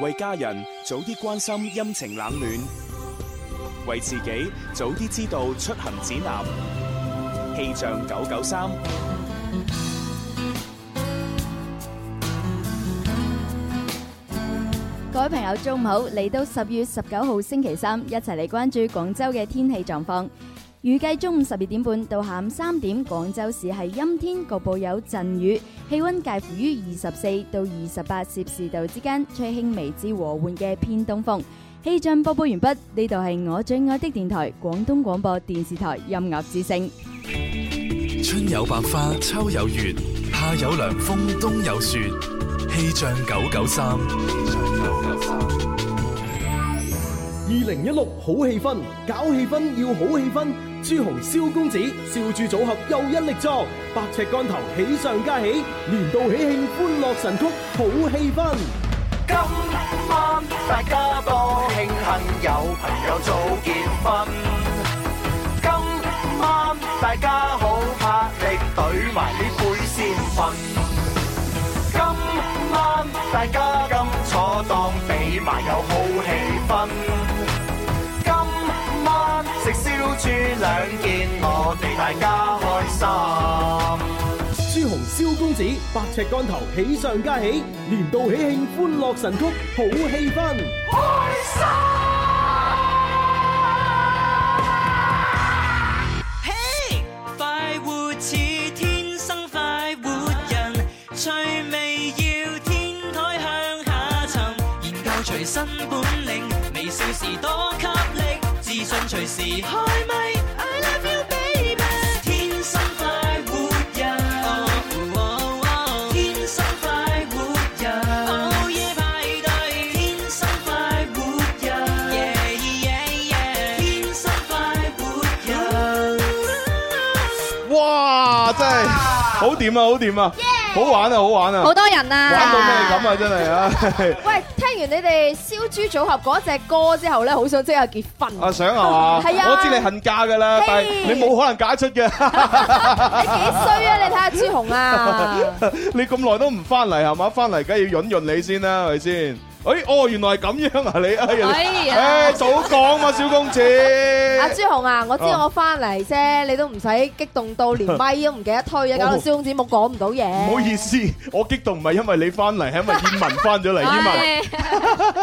為家人早啲關心陰晴冷暖，為自己早啲知道出行指南。氣象九九三，各位朋友，中午好！嚟到十月十九號星期三，一齊嚟關注廣州嘅天氣狀況。預計中午十二點半到下午三點，廣州市係陰天，局部有陣雨，氣温介乎於二十四到二十八攝氏度之間，吹輕微至和緩嘅偏東風。氣象播報完畢，呢度係我最愛的電台——廣東廣播電視台音樂之聲。春有百花，秋有月，夏有涼風，冬有雪。氣象九九三，二零一六好氣氛，搞氣氛要好氣氛。朱紅、蕭公子、笑住組合又一力作，百尺竿頭喜上加喜，年度喜慶歡樂神曲好氣氛。今晚大家多慶幸有朋友早結婚，今晚大家好拍力懟埋呢杯先瞓。今晚大家咁坐檔俾埋有好氣氛，今晚食燒豬兩件我哋大家開心。朱紅、蕭公子，百尺竿頭喜上加喜，年度喜慶歡樂神曲好氣氛。嘿，快活似天生快活人，趣味要天台向下沉，研究隨身本領，微笑時多給力，自信隨時開咪。I love you baby，天生快活人，哦哦天生快活人，午夜派對，天生快活人，yeah yeah yeah，天生快活人。哇！真係好掂啊，好掂啊，好玩啊，好玩啊！好多人啊！玩到咩咁啊！真係啊！喂，聽完你哋燒豬組合嗰只歌之後咧，好想即刻結婚。啊想 啊嘛，係啊我知你恨嫁噶啦，嘿但係你冇可能嫁得出嘅，你幾衰啊！你睇下朱紅 啊， 你咁耐都唔翻嚟係嘛？翻嚟梗係要潤潤你先啦，係咪先？哎哦，原來係咁樣啊你，哎哎呀呀，誒早講嘛，小公子。阿朱紅啊，我知啊我翻嚟啫，你都唔使激動到連咪都唔記得推啊，搞到蕭公子冇講唔到嘢。唔好意思，我激動唔係因為你翻嚟，係因為燕文翻咗嚟。燕文，唉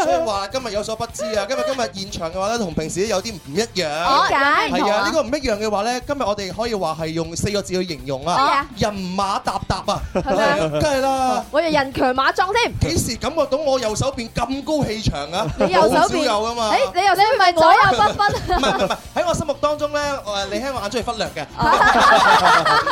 所以話今日有所不知啊，今日今日現場嘅話咧，同平時有啲唔一樣。哦解係啊，呢個唔一樣嘅話咧，今日我哋可以話係用四個字去形容乜嘢啊啊，人馬沓沓啊，係咪啊梗係啦。我哋人強馬壯添。幾時感覺到我右手邊咁高氣場啊？你右手好少邊有噶嘛？誒，你又想咪左右不分唔係唔係唔係，喺我心目當中咧，誒你喺我眼中係忽略 嘅，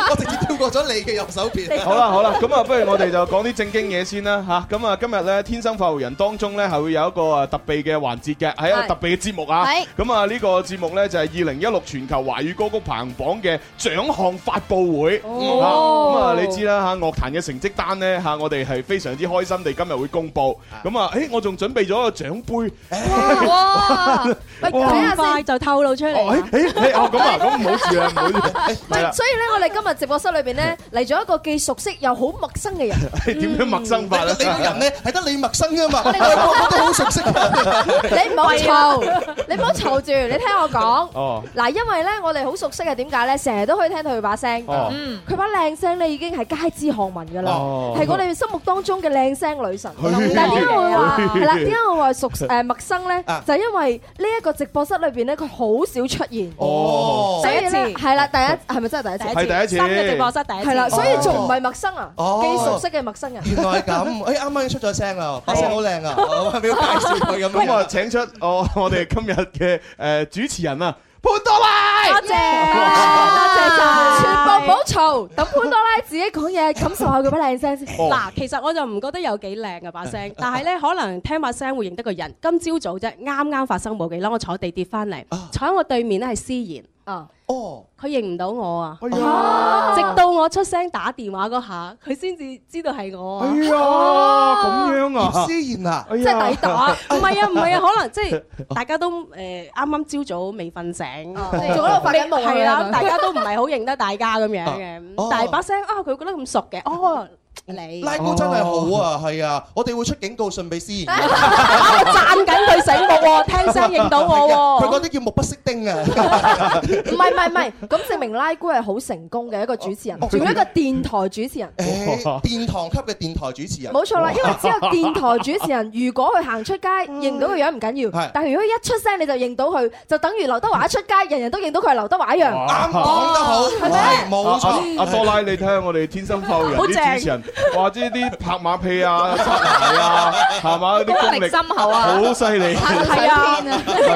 我直接跳過咗你嘅右手邊。好啦好啦，咁啊，不如我哋就講啲正經嘢先啦吓。咁啊，今日咧天生快活人當中咧係會有一個啊特別嘅環節嘅，係一係個特別嘅節目啊係。咁啊，呢個節目咧就係二零一六全球華語歌曲排行榜嘅獎項發佈會。啊咁哦啊，你知啦嚇，樂壇嘅成績單咧嚇，我哋係非常之開心地今日會公佈。咁啊，誒，我仲準備咗個獎杯。哇！ 哎喂，哇睇下先。就透露出哦，誒誒誒，哦，咁啊，咁唔好事啦，唔好事。唔係係啦，所以咧，我哋今日直播室裏邊咧嚟咗一個既熟悉又好陌生嘅人。點樣陌生你法咧？你個人咧係得你陌生噶嘛，我個個都好熟悉㗎。你唔好嘈，你唔好嘈住，你聽我講。哦，嗱，因為咧，我哋好熟悉嘅，點解咧？成日都可以聽到佢把聲，哦佢把靚聲咧已經係街知巷聞㗎啦，哦係我哋心目當中嘅靚聲女神。嘿但係點解我會話嘿係啦？點解我話熟誒陌生咧啊？就係因為呢一個直播室裏邊咧，佢好少出現，哦，所以咧第一次係啦，第一係咪真係第一次？係第一次。哦係啦，所以仲唔係陌生啊，哦既熟悉嘅陌生人。原來係咁，誒啱啱出咗聲啦，把聲好靚啊，我係咪要介紹佢咁咁樣啊，啊？請出我我哋今日嘅誒主持人啊，潘多拉。多謝晒，全部唔好嘈，等潘多拉自己講嘢，感受下佢把靚聲先。哦嗱，其實我就唔覺得有幾靚啊嘅把聲，但係咧可能聽把聲會認得個人。今朝早啫，啱啱發生冇幾耐，我坐地鐵翻嚟，啊坐喺我對面咧係思妍，啊，哦，佢認唔到我啊，哎呀，直到我出聲打電話嗰下，佢先至知道係我哎啊。呀，咁樣葉啊，思燕啊，哎呀即係抵 Ờ. 打，唔係啊，唔係啊，可能即係大家都誒啱啱朝早未瞓醒，Ờ. 仲喺度發緊夢啊係啦，你係咪大家都唔係好認得大家咁樣 Ờ. 哦嘅，但係把聲啊，佢覺得咁熟嘅，哦，Ờ。你 拉高真係好啊，係啊，我哋會出警告信俾司儀。 讚緊佢醒目喎，聽聲認到我佢喎。嗰啲叫目不識丁 啊。唔係唔係唔係，咁證明拉姑係好成功嘅一個主持人，仲有一個電台主持人。 誒殿堂級嘅電台主持人。冇錯啦，因為只有 電 台主持人，如果佢行出街認唔到個樣唔緊要係，但係如果一出聲你就認到佢，就等於劉德華一出街，人人都認到佢係劉德華一樣。啱講得好，係咩？係冇錯。阿多拉，你睇下我哋天生發育人好正啲主持人，哇！即係啲拍馬屁啊、擦鞋啊，係嘛？啲功力功力深厚啊好犀利。係啊，à. 係啊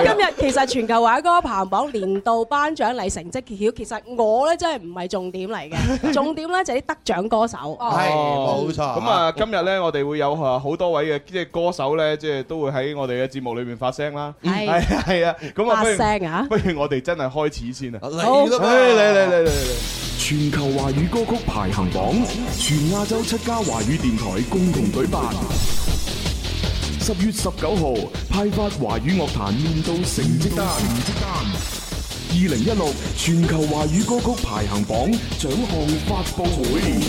Dạ. 今日其實全球華歌排行榜年度頒獎禮成績揭曉，其實我咧真係唔係重點嚟 嘅，重點咧就係啲得獎歌手。係冇錯咁啊，今日咧，我哋會有啊好多位嘅即係歌手咧，即係都會喺我哋嘅節目裏面發聲啦。係係係啊，咁啊，不如發聲啊不如我哋真係開始先啊！嚟啦噃哎唉嚟嚟嚟嚟嚟！全球華語歌曲排行榜，全亞洲七家華語電台共同舉辦。十月十九號派發華語樂壇年度成績單。二零一六全球華語歌曲排行榜獎項發布會。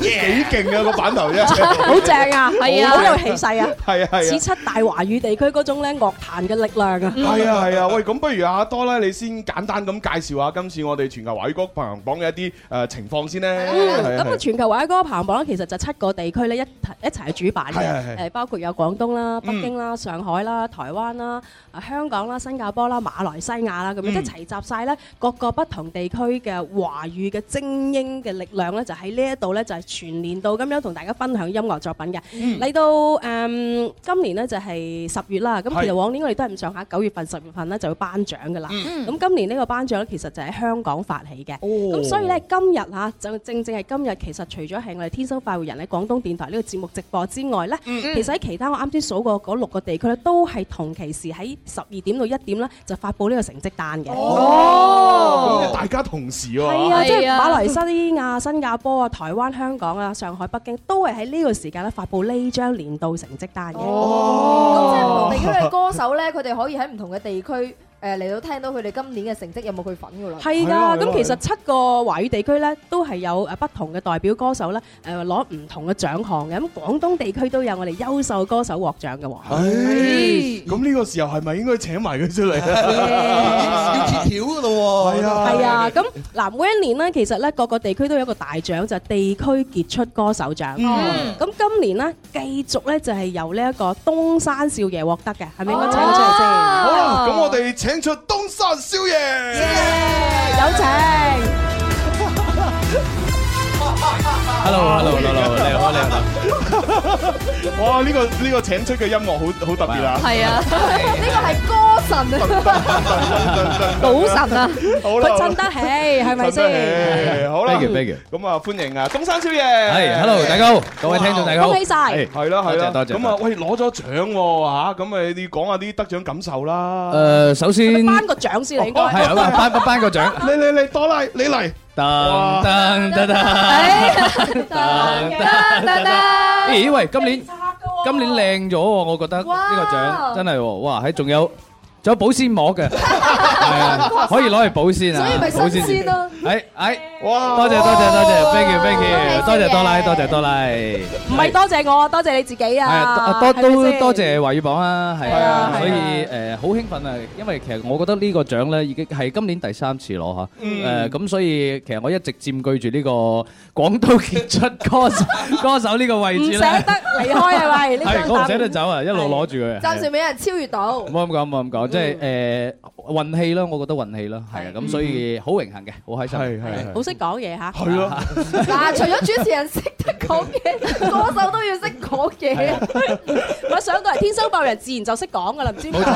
耶！幾勁啊個版頭啫， 好正啊，係啊，好有氣勢啊，係啊係啊似七大華語地區嗰種咧樂壇嘅力量啊，係啊係啊，喂，咁不如阿多啦，你先簡單咁介紹下今次我哋全球華語歌排行榜嘅一啲誒情況先咧。係咁啊啊，全球華語歌排行榜咧，其實就七個地區咧一齊一齊主辦係係嘅，係嗯誒包括有廣東啦、北京啦、上海啦、台灣啦、啊香港啦、新加坡啦、馬來西亞啦，咁樣嗯即係齊集晒咧各個不同地區嘅華語嘅精英嘅力量咧，就喺呢一度咧就係全年度咁樣同大家分享音樂作品嘅。嗯嚟到誒今年呢，就係十月啦，咁係其實往年我哋都係咁上下九月份、十月份咧就會頒獎噶啦。嗯咁今年呢個頒獎咧其實就喺香港發起嘅，哦咁所以咧。今日嚇就正正係今日，其實除咗係我哋天生快活人喺廣東電台呢個節目直播之外呢，嗯其實喺其他我啱先數過嗰六個地區咧，都係同期時喺十二點到一點呢，就發布呢個成績單嘅。哦，咁就大家同時喎。係啊，即係馬來西亞、新加坡啊、台灣、香港啊、上海、北京，都係喺呢個時間咧發布呢張年度成績單嘅。咁即係唔同地區嘅歌手咧，佢哋可以喺唔同嘅地區誒嚟到聽到佢哋今年嘅成績有冇佢份㗎啦。係㗎，㗎，咁其實七個華語地區咧都係有誒不同嘅代表歌手咧，誒攞唔同嘅獎項嘅。咁廣東地區都有我哋優秀歌手獲獎嘅喎。唉咁呢個時候係咪應該請埋佢出嚟？啊要揭曉㗎咯喎。係啊係啊，咁嗱每一年呢，其實咧各個地區都有一個大獎，就係、地區傑出歌手獎。咁、嗯今年呢，繼續咧就係、由呢一個東山少爺獲得嘅，係咪應該請出嚟先？哦好啦，咁我哋請出東山少爺。有請。 Hello，Hello，Hello，你好，你好。 哇！呢個呢個請出嘅音樂好好特別啊。係啊，呢個係歌神啊，賭神啊，好啦佢好啦襯得起係咪襯得先？起好啦 Thank you，thank you 咁啊，歡迎啊，東山少爺。係，Hello，大家好，各位聽眾大家好，恭喜晒係係啦係啦，多謝多謝咁啊，喂，攞咗獎喎嚇，咁誒，你講下啲得獎感受啦。誒，首先頒個獎先，你應該係啊，頒頒頒個獎，你你你多拉，你嚟。噔噔噔噔噔噔噔，咦喂，今年今年靚咗喎，我覺得呢個獎真係喎，哇，係仲有仲有保鮮膜嘅，係啊，可以攞嚟保鮮啊，所以咪保鮮新鮮咯。係係，哇！多謝多謝多謝，thank you thank 恭喜 you，你多謝多拉嘅多謝多拉，唔係多謝我，多謝你自己係啊啊，！多係咪都先多謝華語榜啊，係係啊啊，係啊所以誒好興奮啊，因為其實我覺得呢個獎咧已經係今年第三次攞嚇，嗯誒咁所以其實我一直佔據住呢個廣東傑出歌手歌手呢個位置咧，唔捨得離開係 咪呢張係我唔單捨得走啊，一路攞住佢。暫時俾人超越到唔。好咁講，唔好咁講，即係誒運氣啦，我覺得運氣啦，係啊，咁所以好榮幸嘅，好開心，係好識講嘢嚇。係咯，嗱，除咗主持人識得講嘢，歌手都要識講嘢。啊我上到嚟天生爆人，自然就識講噶啦，唔知點解。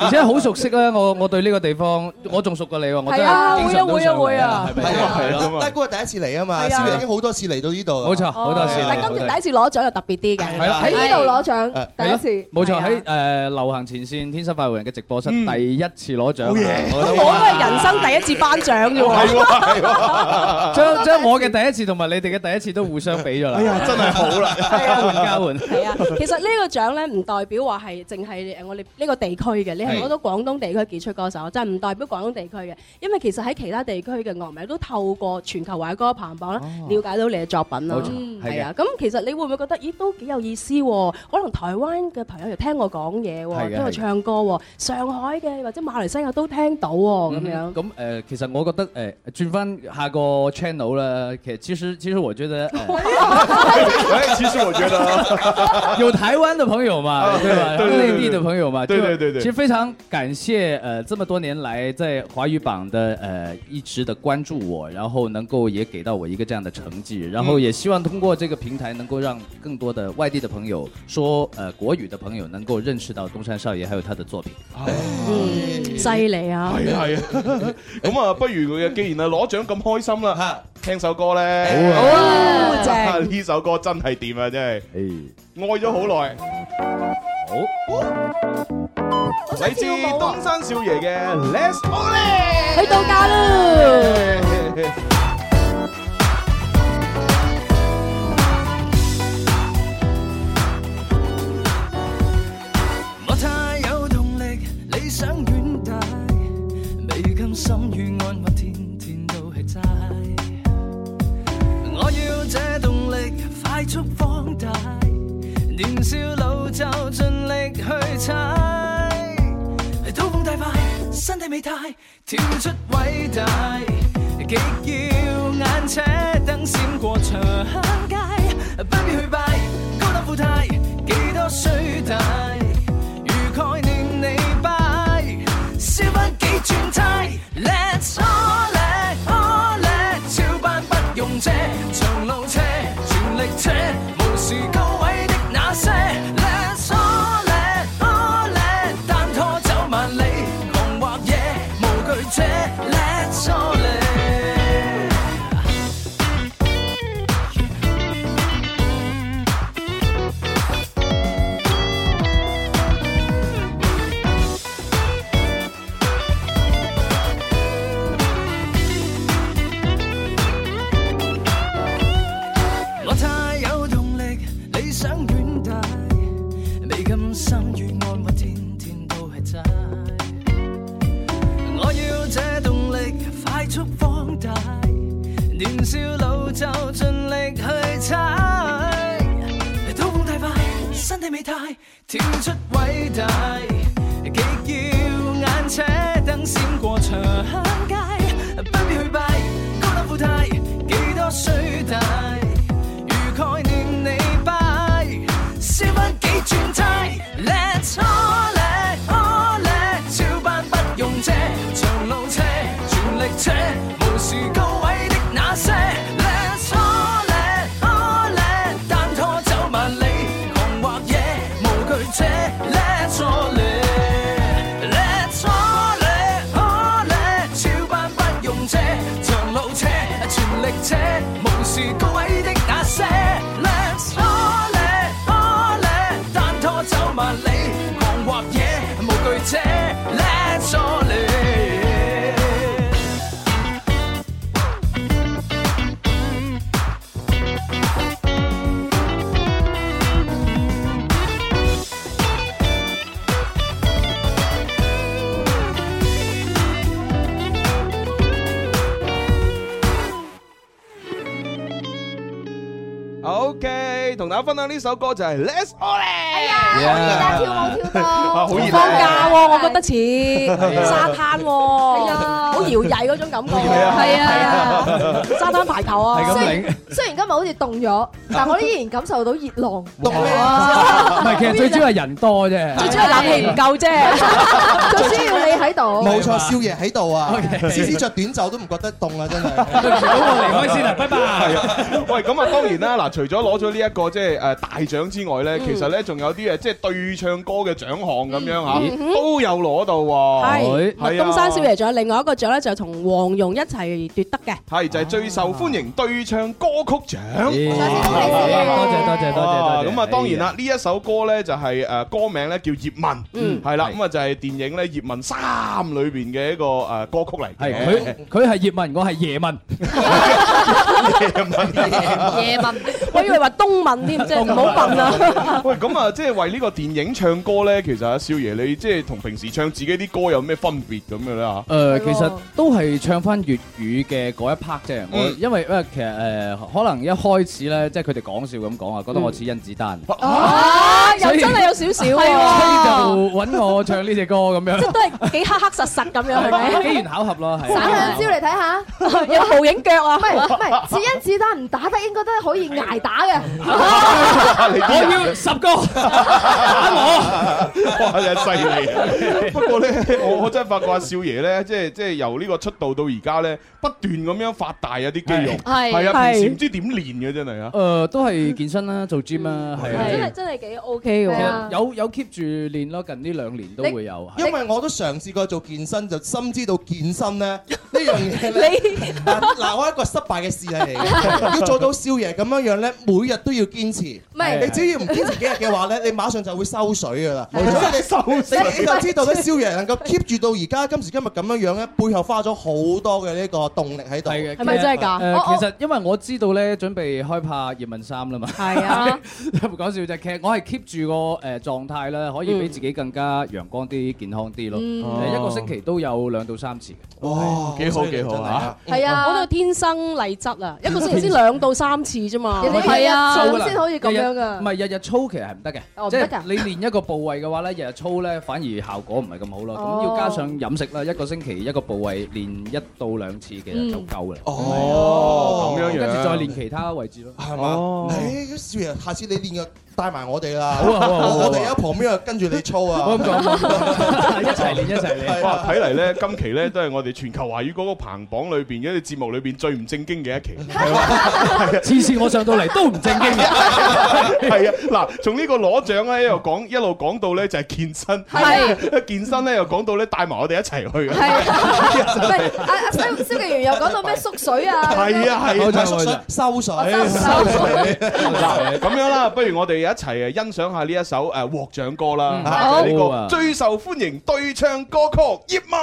而且好熟悉咧，我我對呢個地方，我仲熟過你喎，我真係啊係經常都上嚟啊，係咪係啊，係咯但係嗰日第一次嚟啊嘛，係啊小月已經好多次嚟到呢度啦。冇錯好多次嚟但今年第一次攞獎就特別啲嘅，係啦喺呢度攞 獎呃係啊咯第一啊次冇錯喺誒流行前線天生快活人嘅直播室第一次攞獎，我覺得嗯我都係啊人生第一次頒獎啫係喎喎。係喎將將我嘅第一次同埋你哋嘅第一次都互相俾咗啦。哎呀，真係好啦， 交換交換。係啊，其 實呢個獎咧唔代表話係淨係呃誒我哋呢個地區嘅，你係係攞到廣東地區傑出歌手，真係唔代表廣東地區嘅，因為其實喺其他地區嘅樂迷都透過全球華語歌排行榜咧，了解到你嘅作品啦哦冇錯。係嘅係啊，咁其實你會唔會覺得，咦都幾有意思喎？可能台灣嘅朋友又聽我講嘢係喎，嘅聽我唱歌喎，上海嘅或者馬來西亞都聽到喎，咁樣。咁誒，其實我覺得誒，轉翻下個 channel 啦。其實其實其實我覺得，呃 哎其實我覺得 有台灣的朋友嘛，啊對吧？對然後對對內地的朋友嘛，對就對對對其實非常感謝呃，這麼多年來在華語榜的呃一直的關注我，然後能夠也給到我一個這樣的成績，然後也希望通過這個平台能夠讓更多的外地的朋友，說呃國語的朋友能夠認識到東山少爺還有他的作品。嗯犀利啊！係 啊係啊，咁啊，不如佢嘅既然啊攞獎咁開心啦，聽首歌咧， 好啊好啊正呢首歌真係掂啊，真係，愛咗好耐，好，嚟自東山少爺嘅 Let's Ole，去度假啦！我太有動力，理想遠大，未甘心於安穩，天天都係齋。我要這動力快速放大，年少老就盡力去踩，刀鋒大派，身體美態，跳出偉大，極要眼且燈閃過長街，不必去拜高膽富態，幾多衰大。如概念你拜，燒翻幾轉胎，Let's all let all let，照班不用遮，長路車全力車，無視高位的那些，Let's all let all let，單拖走萬里，狂或野，無懼者，Let's all let。我太有動力，理想遠大，未甘心於安穩，天天都係債。我要這動力快速放大，年少老就盡力去踩，刀鋒大快，身體美態，跳出偉大，極要眼且燈閃過長街，不必去拜高冷富態，幾多衰大。如概念你拜，燒翻幾轉胎，Let's all let all let，照辦不用遮，長路車全力車，無視高位的那些，Let's all let all let，單拖走萬里，狂或野，無懼者，Let's all let let's all let all let，照辦不用遮，長路車全力車，無視高位的那些，Let's all let all let，單拖走萬里，狂或野，無懼者，Let's all let。 OK，同大家分享呢首歌就係 Let's Ole，好熱啊，跳舞跳到，啊好熱放假啊！喎，我覺得係似啊沙灘喎，好搖曳嗰種感覺，係啊，沙灘排球啊，係咁 雖領。雖然今日好似凍咗，但我依然感受到熱浪。凍咩唔係，其實最主要係人多啫。最主要冷氣唔夠啫，最主要你喺度。冇錯，少爺喺 度啊 OK！思思着短袖都唔覺得凍啊，真係。 我離開先啦，拜拜。喂，咁啊，當然啦，嗱，除咗攞咗呢一個即係誒大獎之外咧，嗯其實咧仲有啲誒即係對唱歌嘅獎項咁樣嗯嚇，都都有攞到喎，係麥東山少爺獎，另外一個獎咧就同黃蓉一齊奪得嘅。係就係最受歡迎對唱歌曲獎。多謝哦多謝多謝多謝咁啊，當然啦，呢一首歌咧就係誒歌名咧叫葉問，嗯，係啦，咁啊就係電影咧《葉問三》裏邊嘅一個誒歌曲嚟係嘅。佢佢係葉問，我係夜問。夜問，我以為話東問添，即係唔好問啦。 喂，咁啊，即係為呢個電影唱歌咧，其實阿少爺你即係同平時唱自己啲歌有咩分別咁嘅咧嚇？誒、呃其實都係唱翻粵語嘅嗰一 part 啫。我嗯因為因為其實誒、呃可能一開始咧，即係佢哋講笑咁講啊，覺得我似甄子丹，啊， 又所以真係有少少所以喎，就揾我唱呢只歌咁樣。即係都係幾黑黑實實咁 樣，係機咪？緣巧合咯，係。散兩招嚟睇下，有冇影腳啊唔係唔係，似因似丹唔打得，應該都可以捱打嘅。我要十個打我，哇！真係犀利。不啊 過咧，我我真係發覺阿少爺咧，即係即係由呢個出道到而家咧，不斷咁樣發大啊啲肌肉，係係啊，係平時唔知點練嘅真係啊 誒、。都係健身啦，做 gym 啦，係啊。真係真係幾 OK 其喎實。有有 keep 住練咯，近呢兩年都會有。嗯因為我都嘗試過做健身，就深知道健身 咧呢樣嘢咧。你 嗱，我係一個失敗嘅事例嚟 嘅，要做到少爺咁樣樣咧，每日都要堅持。唔係你只要唔堅持幾日嘅話咧，你馬上就會收水噶啦。冇錯所以你收水你就知道咧，少爺能夠 keep 住到而家今時今日咁樣樣咧，背後花咗好多嘅呢個動力喺度。係係誒，其實因為我知道咧，準備開拍《葉問三》啦嘛。 係 啊，講笑啫。其實我係 keep 住個誒狀態啦，可以俾自己更加陽光啲、健康啲咯。嗯誒一個星期都有兩到三次嘅。哇，幾好幾好啊！係啊，我都天生麗質啊，一個星期先兩到三次啫嘛。人哋係啊，日日做先可以咁樣㗎唔係日日操其實係唔得嘅，哦唔即得㗎係你練一個部位嘅話咧，日日操咧反而效果唔係咁好咯。哦咁要加上飲食啦，一個星期一個部位練一到兩次其實就夠啦。哦係啊咁樣樣跟住再練其他位置咯。係嘛？誒，少爺，下次你練嘅帶埋我哋啦。好啊好啊好啊我我哋喺旁邊啊跟住你操啊。我咁講，一齊 練一齊練。哇！睇嚟咧，今期咧都係我哋全球華語歌曲排行榜裏邊嘅一啲節目裏邊最唔正經嘅一期。 次次我上到嚟都唔正經 係啊，嗱，從呢個攞獎咧，一路講一路講到咧就係健身，係 健身咧又講到咧帶埋我哋一齊去嘅，係唔係阿 阿蕭蕭敬元又講到咩縮水啊？係啊係啊，冇錯冇錯收水 收水。嗱咁樣啦，不如我哋一齊誒欣賞下呢一首誒獲獎歌啦，好嚇呢好啊個最受歡迎對唱歌曲《葉問》。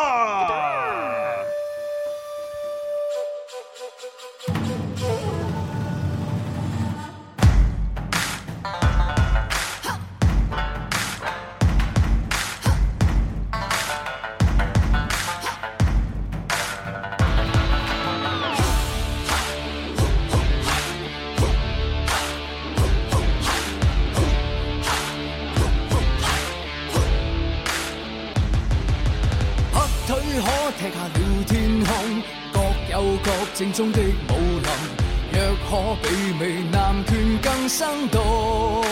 黑腿可踢下了天空，各有各正宗的武林。若可媲美南拳更生動，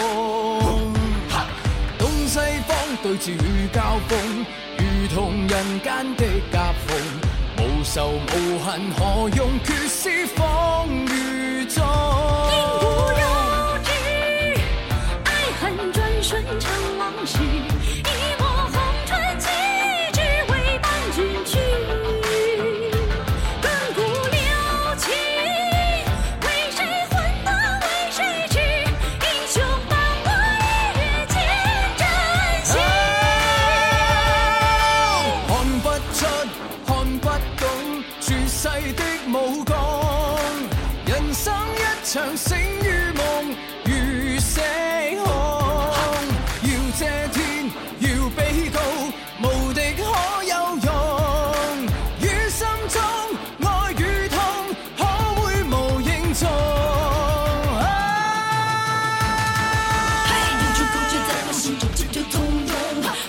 東西方對峙與交鋒，如同人間的夾縫，無仇無恨何用決死放如中。爱恨转瞬成往事，一抹红唇起，只为伴君去。亘古留情，为谁混沌为谁痴？英雄伴我一日千真心。看不出，看不懂，絕世的武功。人生一場醒與夢，如死空。要遮天，要比高，無敵可有用。於心中，愛與痛，可會無影蹤？要做高者，在我心中直接通用。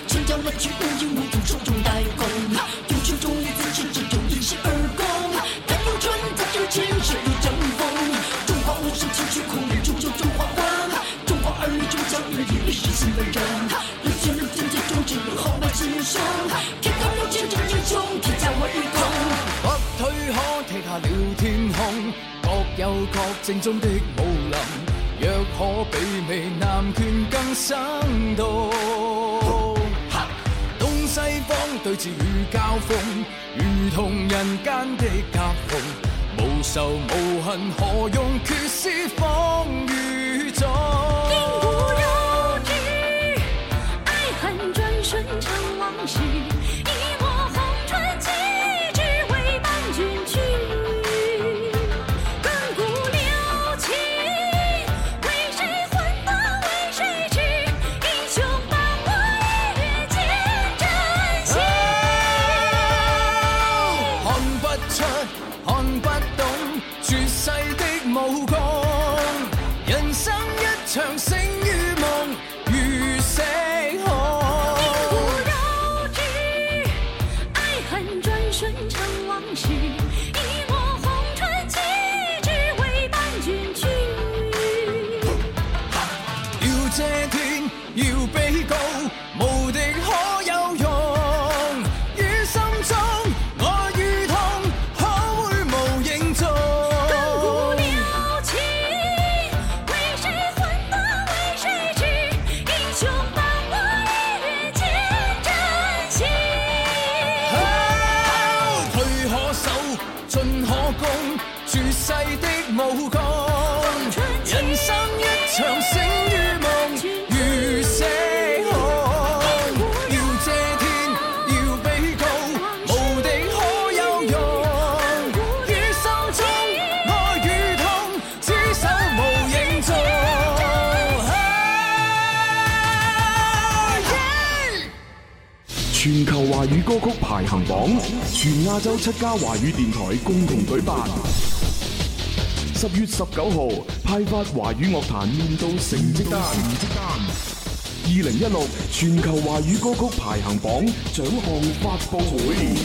拳脚乱去，无影无踪，手中带弓。有求忠于自身，只求一时而功。但有春，再有情，谁又争锋？中华武士，崎岖苦练，铸就中华光。中华儿女，忠孝与义，历史新文人。流传如今，最终只能豪迈心胸。天高路见真英雄，天下我与共。北腿可踢下了天空，各有各正宗的武林。若可媲美南拳更生動，東西對峙與交鋒，如同人間的夾縫，無仇無恨何用決是放與縱。因果有知，爱恨转瞬成往事。一抹红唇起，只为伴君去。亘古留情，为谁魂魄为谁痴？英雄伴我一月见真心。看不出，看不懂，絕世的武功。人生一場醒與夢，如死因空果。有知，爱恨转瞬成往事。一抹红唇起，只为伴君去。要遮天，要比高，無敵可有用。於心中，我與痛，可會無影蹤？亘古留情，为谁魂魄为谁痴？英雄伴我一日见真心。退可守，進可攻，絕世的武功。人生一場醒與夢，如死空。要遮天，要比高，無敵可有用。於心中，愛與痛，只手無影蹤。全球華語歌曲排行榜，全亞洲七家華語電台共同舉辦。十月十九號，派發華語樂壇年度成績單。二零一六全球華語歌曲排行榜獎項發佈會。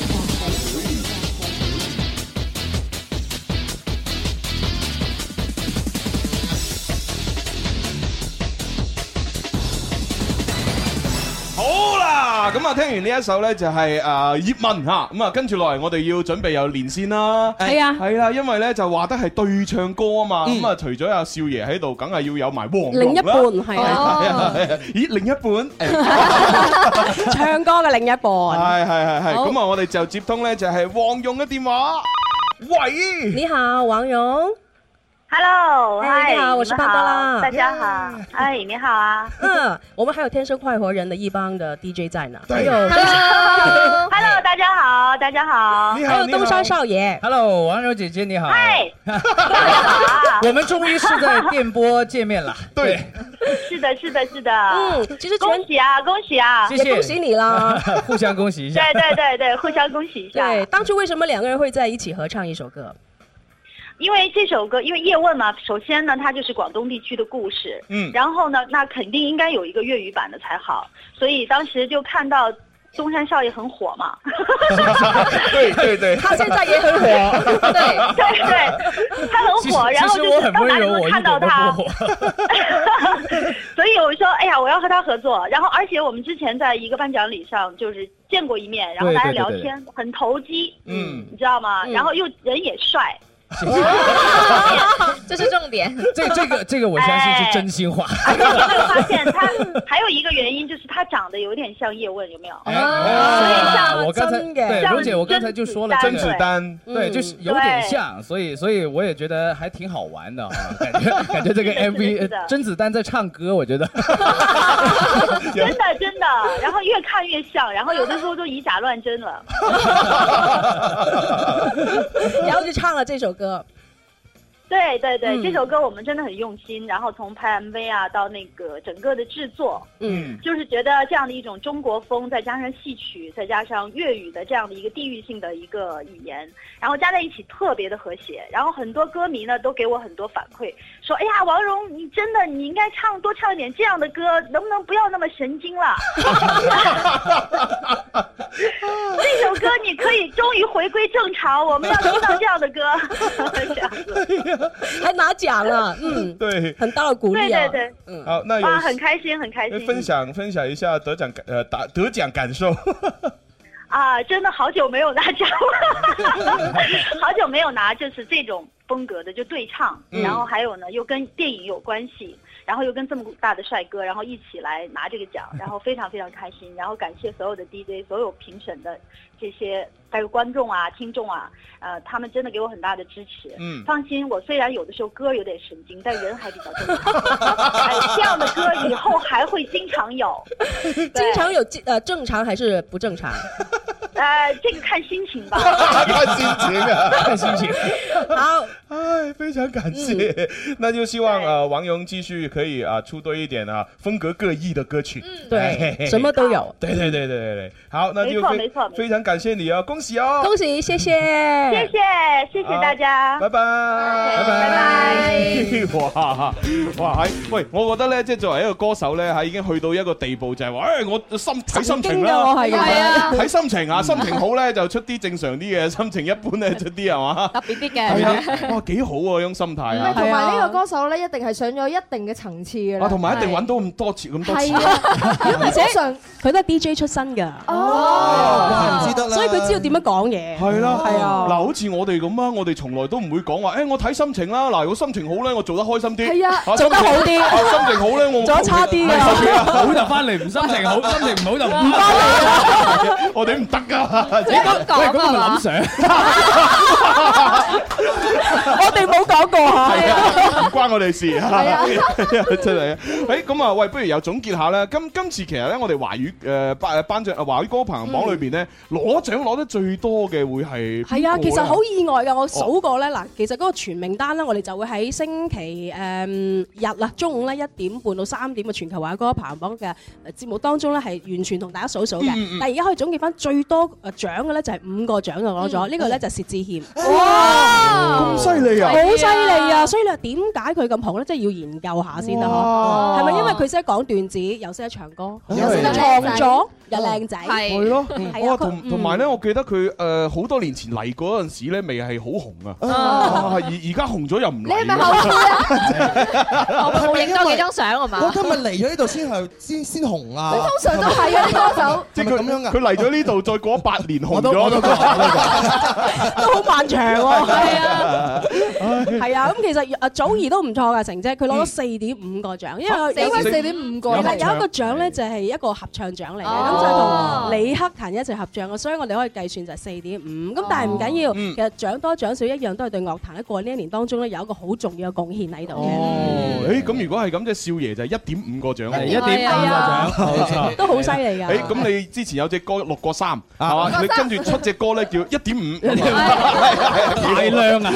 好啦，咁啊，聽完呢一首咧就係誒葉問嚇，咁啊跟住落嚟我哋要準備有連線啦，係啊係啦，因為咧就話得係對唱歌啊嘛，Ừ. 咁啊除咗阿少爺喺度，梗係要有埋黃另一半龍啦係啊 係啊係啊咦 另一半誒唱歌嘅另一半。係係係係，好咁啊我哋就接通咧就係黃蓉嘅電話，喂，你好，王蓉。 Hello，哎哦嗨，你好我是你们潘多拉大家好，哎，你好啊。嗯，我们还有天生快活人的一帮的 DJ 在呢，还有 Hello，Hello，大家好，大家好。还有哎东山少爷。 Hello，王柔姐姐你好。嗨，我们终于是在电波见面了。对，是的，是的，是的。嗯，其实恭喜啊，恭喜啊，谢谢。啦，互相恭喜一下对。对对对，互相恭喜一下。对，当初为什么两个人会在一起合唱一首歌？因为这首歌，因为叶问嘛，首先呢，它就是广东地区的故事，嗯然后呢，那肯定应该有一个粤语版的才好，所以当时就看到东山少爷很火嘛，對對對，他現在也很 火， 对对对，他很其实火，然后其实就我是很到哪温里柔，都我能一看点到都不他，火。 所以我就说，哎呀，我要和他合作。然后，而且我们之前在一个颁奖礼上就是见过一面，然后对大家对对聊对天很投机，嗯，你知道吗？然后又人也帅， 这是重点。这这个这个我相信是真心话。发现他 还有一个原因就是他长得有点像叶问，有没有？哦啊哎我刚才真的对像蓉姐，我刚才就说了这个甄子丹对，嗯就是有点对像，所以所以我也觉得还挺好玩的啊，感觉感 觉这个是的是的是 MV 的呃甄子丹在唱歌，我觉得真 的真的。然后越看越像，然后有的时候都以假乱 真了。 然后就唱了这首歌。对对对，嗯这首歌我们真的很用心，然后从拍 MV 啊到那个整个的制作，嗯就是觉得这样的一种中国风，再加上戏曲，再加上粤语的这样的一个地域性的一个语言，然后加在一起特别的和谐。然后很多歌迷呢都给我很多反馈，说：“哎呀，王蓉，你真的你应该唱多唱一点这样的歌，能不能不要那么神经了？这首歌你可以终于回归正常，我们要听到这样的 歌。这样子”哎还拿奖了， 嗯，对，很大的鼓对励啊对。对，嗯好，那有哎哇，很开心，很开心。分享分享一下得奖感呃打得奖感受， 啊，真的好久没有拿奖了，好久没有拿就是这种风格的，就对唱，嗯然后还有呢又跟电影有关系，然后又跟这么大的帅哥，然后一起来拿这个奖， 然后非常非常开心，然后感谢所有的 DJ，所有评审的这些还有观众啊、听众啊，呃，他们真的给我很大的支持。嗯放心，我虽然有的时候歌有点神经，但人还比较正常。哎，这样的歌以后还会经常有。经常有呃正常还是不正 常？呃，这个看心情吧。 看心情啊，看心情。好，哎，非常感谢。 那就希望呃王蓉继续可以啊出多一点啊风格各异的歌曲，嘿对，嘿什么都有。 对对对对对对，好，那就没错非没错没错非常感谢你啊，恭喜嗯哦，恭喜，谢谢，谢谢，谢谢大家，拜拜，拜拜， 哇哇喺喂，我覺得咧，即係作為一個歌手咧，係已經去到一個地步，就係話，誒，我心睇啊神心情啦，經㗎喎係㗎係啊睇心情啊，心情好咧就出啲正常啲嘅，心情一般咧出啲係嘛，別啲係啊哇，幾好啊，呢種心態啊，同埋呢個歌手咧，一定係上咗一定嘅層次嘅啦。啊，同埋一定揾到咁多錢咁多係錢。啊，因為通常佢都係 DJ 出身㗎，哦，知得啦，所以佢知道點樣講嘢。係啦，係啊，嗱，好似我哋咁啊，我哋從來都唔會講話，誒，我睇心情啦，嗱，我心情好咧，我做得開心啲，係啊心情做得好啲啊心情好咧，我做得差啲啊好就翻嚟，唔心 情好，心情唔好就唔翻嚟。啊我哋唔得噶，你講講喂啊咁係咪林 Sir？ 我哋冇講過嚇。係啊，唔關我哋係事啊真係啊！誒咁啊，喂，不如又總結下啦。今今次其實咧，我哋華語誒頒頒獎啊華語歌排行榜裏邊咧，攞獎攞得最多嘅會係係啊，邊個其實咧好意外㗎，我數過咧，嗱，其實嗰個全名單咧，我哋就會喺星期誒、嗯日啦，中午咧一點半到三點嘅全球華歌排行榜嘅呃節目當中咧，係完全同大家數數嘅。嗯嗯但係而家可以總結翻最多誒獎嘅咧，就係五個獎就攞咗，呢個咧就係薛之謙。咁犀利啊！好犀利啊！所以你話點解佢咁紅咧？即係要研究下先啦，哇係咪因為佢識得講段子，又識得唱歌，又啊因為識得 創作，又靚仔，係咯，係哇！啊，哦同佢同埋咧，我記得佢誒好多年前嚟嗰陣時咧，未係好紅啊，啊哇而而家紅咗又唔嚟你係咪喎後悔啊我冇影多幾張相係嘛我今日嚟咗呢度先係先先紅啊！通常都係啊啲歌手。即係佢咁樣佢嚟咗呢度，再過八年紅都我都覺得咗。都好漫長喎，係啊。係係啊，咁其實阿祖兒都唔錯㗎成績，佢攞咗四點五個獎，因為點解有四點五個有咧一個獎咧就係一個合唱獎嚟嘅，咁就哦係同李克勤一齊合唱嘅，所以我哋可以計算就係四點五。咁但係唔緊要，嗯其實獎多獎少一樣都係對樂壇喺過呢一年當中咧有一個好重要嘅貢獻喺度嘅，哦，誒咁如果係咁，即係少爺就係一點五個獎喎，係1.5個獎 冇錯都好犀利誒㗎。咁你之前有隻歌六個三，係嘛？你六個跟三住出隻歌咧叫一點五，大量啊！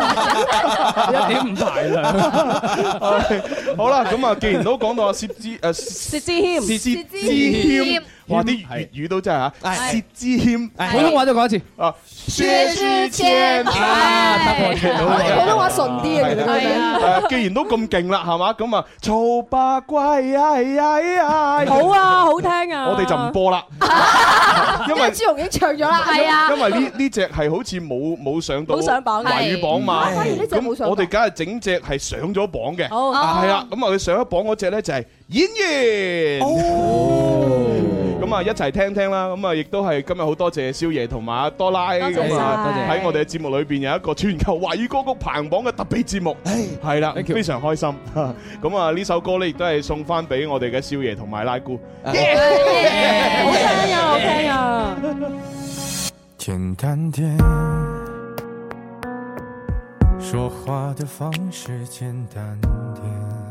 一點五排啦。 好啦，咁啊，既然都講到阿薛之誒薛之謙薛之薛之謙謙，哇！啲粵語都真係嚇，係薛之謙，普通話都講一次啊，薛之謙啊，得我聽到普通話順啲啊其實佢哋係啊誒既然都咁勁啦，係嘛？咁啊，嘈八怪啊，好啊，好聽啊！我哋就唔播啦，因為。朱紅已經唱咗啦，因為呢呢只係好似冇冇上到冇上榜華語榜嘛，係啊反而呢隻冇上榜我哋梗係整隻係上咗榜嘅，好啊係啊，咁啊佢上咗榜嗰只咧就係演員。咁啊，一齊聽聽啦！咁啊，亦都係今日好多謝宵夜同埋阿多拉多謝咁啊，晒喺我哋嘅節目裏邊有一個全球華語歌曲排行榜嘅特別節目，係啦，非常開心。 咁啊，呢首歌咧亦都係送翻俾我哋嘅宵夜同埋拉姑。好聽啊，好聽啊！简单点，说话的方式简单点，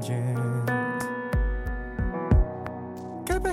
见。该配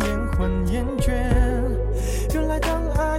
延缓厌倦？原来当爱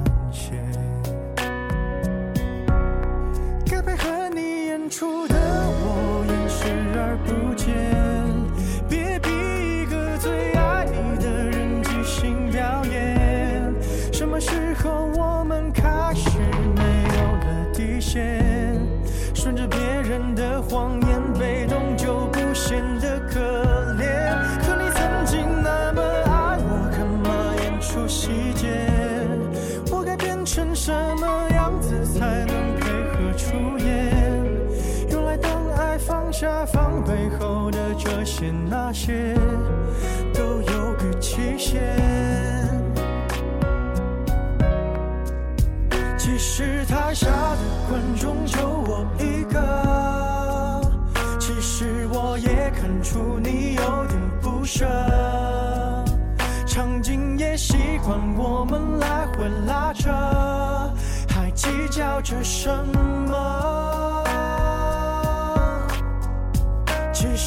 些。该配合你演出的我，演视而不见。别逼一个最爱你的人即兴表演。什么时候我们开始没有了底线？顺着别人的谎言，被动就不显得可怜。可你曾经那么爱我，干嘛演出细节？我该变成什么样子才能配合出演？原来当爱放下防备后的这些那些，都有个期限。其实台下的观众就我一个，其实我也看出你有点不舍。场景也习惯我们来回拉扯，还计较着什么？其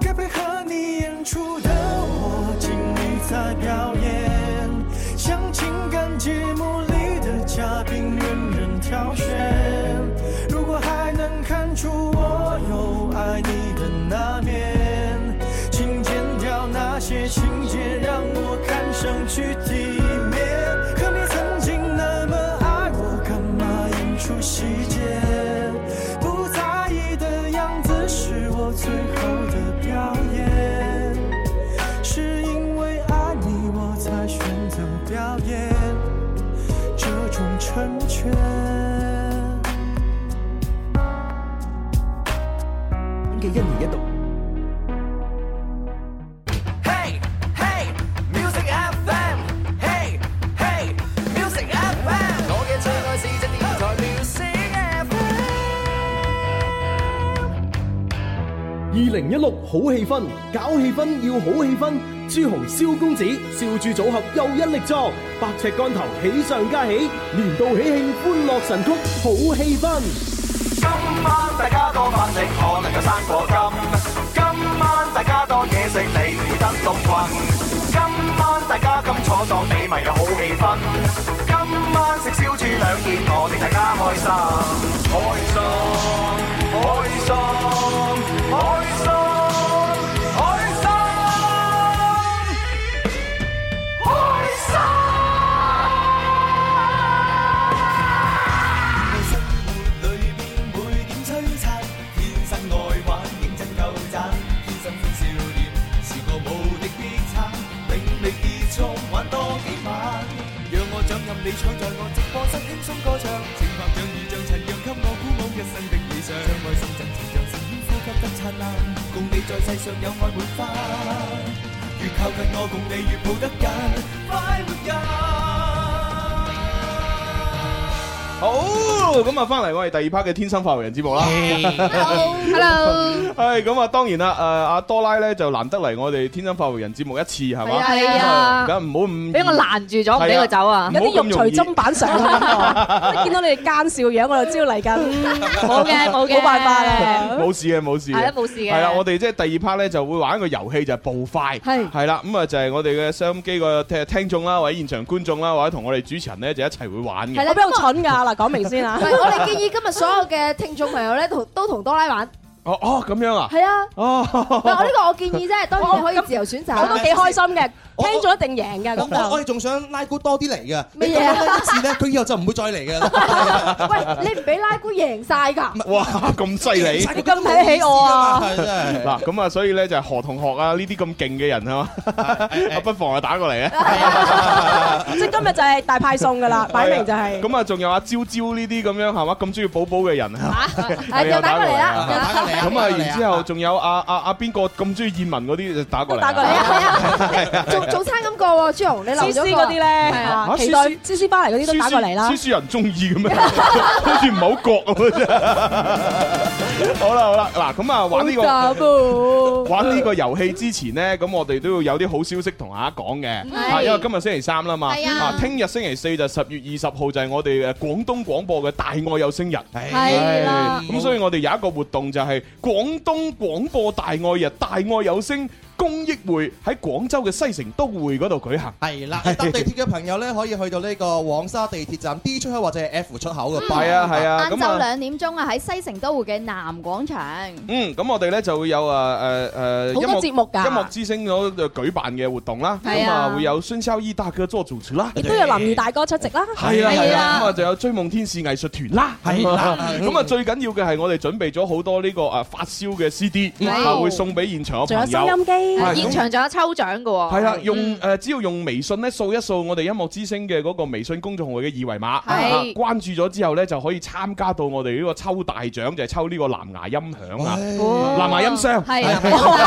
该配合你演出的我，尽力在表演，像情感节目里的嘉宾，任人挑选。如果还能看出我有爱你的那面，请剪掉那些情节，让我看上去体面。可你曾经那么爱我，干嘛演出细节？不在意的样子是我最后的表演，是因为爱你我才选择表演这种成全。嘅一年一度。 Hey hey music FM Hey hey music FM 我嘅最愛是只電台 music FM 二零一六好氣氛，搞氣氛要好氣氛。朱紅、蕭公子、笑住組合又一力作，百尺竿頭喜上加喜，年度喜慶歡樂神曲好氣氛。今晚大家多飯食，可能有生果金。今晚大家多嘢食，你唔會得到困。今晚大家咁坐檔，你咪有好氣氛。今晚食燒豬兩件，我哋大家開心，開心，開心，開心，開心，開心。好，咁啊，翻嚟我哋第二 part 嘅天生快活人節目啦。 Hello，系咁啊，當然啦，誒阿多拉咧就難得嚟我哋天生快活人節目一次係嘛？係啊係啊咁唔好咁俾我攔住咗，唔俾佢走啊！係啊唔好咁容易有啲肉隨砧板上 啊！見到你哋奸笑樣，我就知道嚟緊。冇嘅冇嘅冇辦法咧。冇事嘅，冇事嘅。係啊冇事嘅係啦，我哋即係第二 part 咧就會玩一個遊戲，就係步快。係係啦，咁啊就係我哋嘅收音機個聽聽眾啦，或者現場觀眾啦，或者同我哋主持人咧就一齊會玩嘅。我邊度蠢㗎？嗱，講明先啊！唔係，我哋建議今日所有嘅聽眾朋友咧，同都同多拉玩。哦哦，咁樣啊？係啊，哦，嗱，我呢個我建議啫，當然你可以自由選擇，咁都幾開心嘅。聽咗一定贏㗎我咁我就我。哋仲想拉姑多啲嚟 à? 嘅，乜你嘢咁啊樣拉一次咧，佢以後就唔會再嚟嘅啦。你唔俾拉姑贏晒㗎，哇，咁犀利！你咁睇 起我啊？係真係 嗱，咁啊，所以咧就係何同學啊，呢啲咁勁嘅人啊，不妨啊打過嚟啊！即係今日就係大派送㗎 啦，擺明就係。咁啊，仲有阿朝朝呢啲咁樣係嘛，咁中意寶寶嘅人 啊，啊又打過嚟啦係啊又打過嚟啊咁啊，又打過嚟啊然之後仲有阿阿阿邊個咁中意燕文嗰啲就打過嚟啊，打過嚟啊，係啊， 仲仲差咁過喎，朱紅你留 C 咗 C 個嗰啲咧，係啊啊，期 CC 待 C C 巴黎嗰啲都打過嚟啦輸。輸人中意嘅咩？好似唔係好覺咁真係。 好啦好啦，嗱咁啊玩呢好個。噃玩呢個遊戲之前呢，咁我哋都要有啲好消息同大家講嘅，係啊因為今日星期三啦嘛，係啊啊，聽日星期四就十月二十號就係我哋誒廣東廣播嘅大愛有聲日，係啦係咁所以我哋有一個活動就係廣東廣播大愛日大愛有聲公益會喺廣州嘅西城都會嗰度舉行，係 啦，搭地鐵嘅朋友咧，可以去到呢個黃沙地鐵站 D 出口或者係 F 出口嘅。係啊係啊，晏咁啊晝。兩點鐘啊，喺西城都會嘅南廣場。嗯，咁我哋咧就會有誒誒誒好多節目㗎音樂之星嗰度舉辦嘅活動啦，係咁啊啊會有孫肖伊大哥做主持啦，亦都有林怡大哥出席啦。係啦係啦，咁啊就有追夢天使藝術團啦，係啦咁啊最緊要嘅係我哋準備咗好多呢個誒發燒嘅 CD，哇啊會送俾現場嘅朋友，係現場仲有抽獎嘅哦喎。係啦，用誒只要用微信咧掃一掃我哋音樂之星嘅嗰個微信公眾號嘅二維碼，係啊關注咗之後咧就可以參加到我哋呢個抽大獎，就係抽呢個藍牙音響啊，藍牙音箱係 係啊哦南係音箱音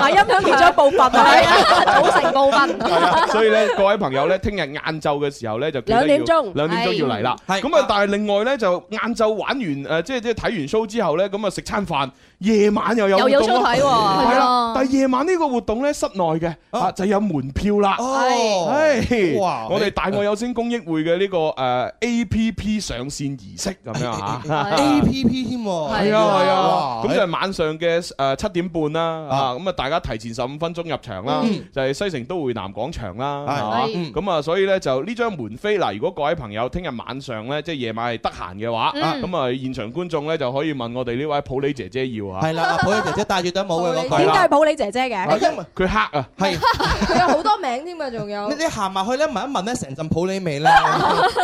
華音箱。響其中一部分啊，組成部係啊， 所以咧，各位朋友咧，聽日晏晝嘅時候咧就記得要兩點鐘兩點鐘係要嚟啦。咁啊，但係另外咧就晏晝玩完誒，即係即係睇完 show 之後咧，咁啊食餐飯，夜晚又有又有活動 show 睇喎係係啦啊。但係夜晚呢個活動咧，室內嘅啊就有門票啊啦。哦哎係哇我哋大愛有聲公益會嘅呢個誒 A P P 上線儀式咁樣啊 嚇。 A P P 添喎，係啊係啊，啊哇咁就係晚上嘅誒七點半啦，啊咁啊大家提前十五分鐘入場啦嗯，就係西城都會南廣場啦，係係嘛嗯咁啊所以咧就呢張門飛嗱，如果各位朋友聽日晚上咧即係夜晚係得閒嘅話，嗯咁啊現場觀眾咧就可以問我哋呢位普洱姐姐要啊，係啦，普洱姐姐戴住頂帽嘅嗰個，點解係抱你姐姐嘅？因為佢黑啊，係 佢有好多名添啊，仲有你你行埋去咧聞一聞咧，成陣普洱 味咧，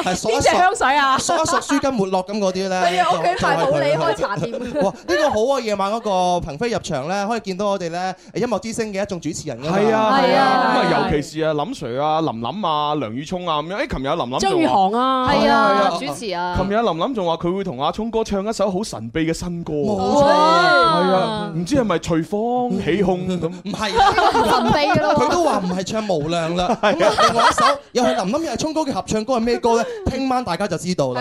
係索一索邊隻香水啊索一索舒筋活絡咁嗰啲咧，係啊屋企就賣係普洱佢開茶店 哇！呢個好啊，夜晚嗰個鵬飛入場咧，可以見到我哋咧音樂之星嘅一眾主持人㗎嘛係啊係啊，咁係啊尤其是啊林 Sir 啊、林林啊、梁宇聰啊咁樣，誒琴日阿林林就話張宇航 à. 啊係 Dạ. 係主持啊琴日阿林林仲話佢會同阿聰哥唱一首好神秘嘅新歌，冇錯係啊，唔知係咪隨風起控咁？唔係神秘㗎咯喎佢都話唔係唱無量啦。咁啊另外一首又係林林又係聰哥嘅合唱歌係咩歌咧？聽晚大家就知道啦。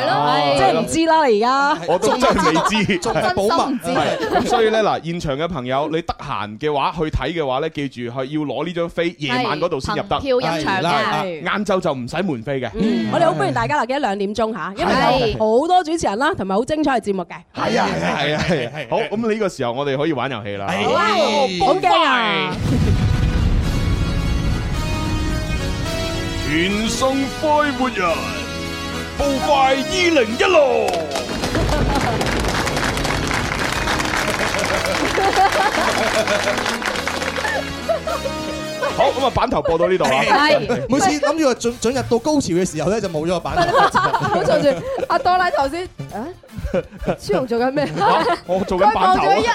即係唔知啦，而家我都真係 未知，仲係保密真心唔知係咁所以咧嗱，現場嘅朋友，你得閒嘅話去睇嘅話咧，記住係要攞呢張飛，夜晚嗰度先入得。憑票入場係啦嘅晏晝就唔使門飛嘅。我哋好歡迎大家留記得兩點鐘嚇，因為有好多主持人啦，同埋好精彩嘅節目嘅。 係啊係啊係啊係啊！好，咁呢個時候我哋可以玩遊戲啦。好啊，好驚 à. 啊！全送快活人，步快二零一六。好，咁啊版頭播到呢度啦。係每次諗住話準準入到高潮嘅時候咧，就冇咗個版 頭。好 嘈住阿多拉頭先，啊朱紅做緊 咩？我做佢緊望版頭咗啊。一，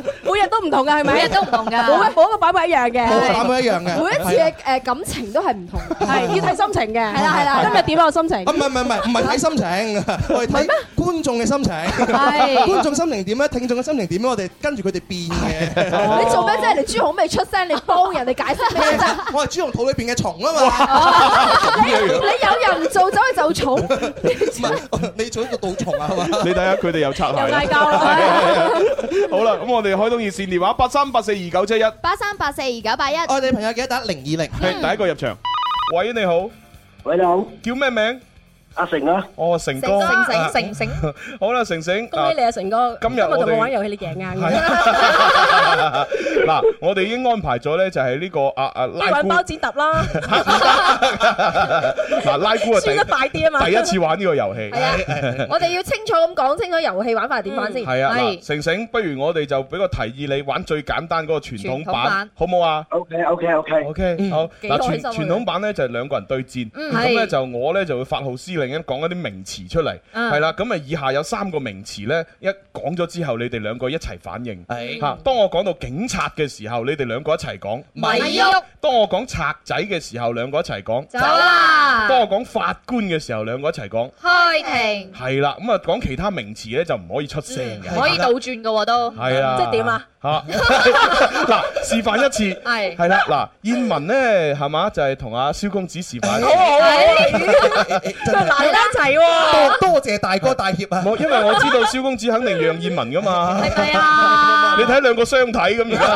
每日都唔同㗎，係咪？每日都唔同㗎冇一冇一個版本一樣嘅，冇版本一樣嘅每一次嘅誒感情都係唔同，係要睇心情嘅。係啦係啦今日點啊我心情？啊唔係唔係唔係唔係睇心情，我哋睇觀眾嘅心情。係觀眾心情點咧？聽眾嘅心情點咧？我哋跟住佢哋變嘅。你做咩啫？你朱紅未出聲，你幫人哋解釋 咩啫？我係朱紅肚裏邊嘅蟲啊 Ờ. 嘛。你你有人做走去就重，你做一個稻蟲啊，係嘛？你睇下佢哋又擦鞋啦，又嗌 交啦好啦，咁我哋開通熱線電話八三八四二九七一，八三八四二九八一。我哋朋友記得打零二零。係第一個入場。喂，你好。喂，你好。叫咩名？阿成啊，哦，成哥，成成啊成成，好啦，成成，恭喜你啊，成哥！今日同我哋我玩遊戲，你贏硬嘅。啊嗱，我哋已經安排咗咧，就係呢個啊啊不如拉玩姑，包剪揼啦， 嗱拉姑啊，輸得快啲啊嘛。第一次玩呢個遊戲，係 啊，我哋要清楚咁講清楚遊戲玩法係點玩先。係啊，係嗱，成成，不如我哋就俾個提議你玩最簡單嗰個傳統傳統版版，好唔好啊？OK OK OK OK，好幾開嗱，傳心啊傳統版咧就係兩個人對戰，嗯咁係咧就我咧就會發號施令咁講一啲名詞出嚟，嗯係啦，咁啊以下有三個名詞咧，一講咗之後你哋兩個一齊反應，係嚇。當我講到警察嘅時候，你哋兩個一齊講咪喐；當我講賊仔嘅時候，兩個一齊講走啊啦當我講法官嘅時候，兩個一齊講。開庭，係啦，咁啊講其他名詞咧就唔可以出聲嘅，可以倒轉噶喎都。係啊，即係點啊？嚇！ 嗱，示範一次，係係啦，嗱，燕文咧係嘛，就係同阿蕭公子示 範。好啊好啊好啊真係難得一齊喎多多謝大哥大協啊！冇，因為我知道蕭公子肯定讓燕文噶嘛。係咪啊？你睇兩個相睇咁而家，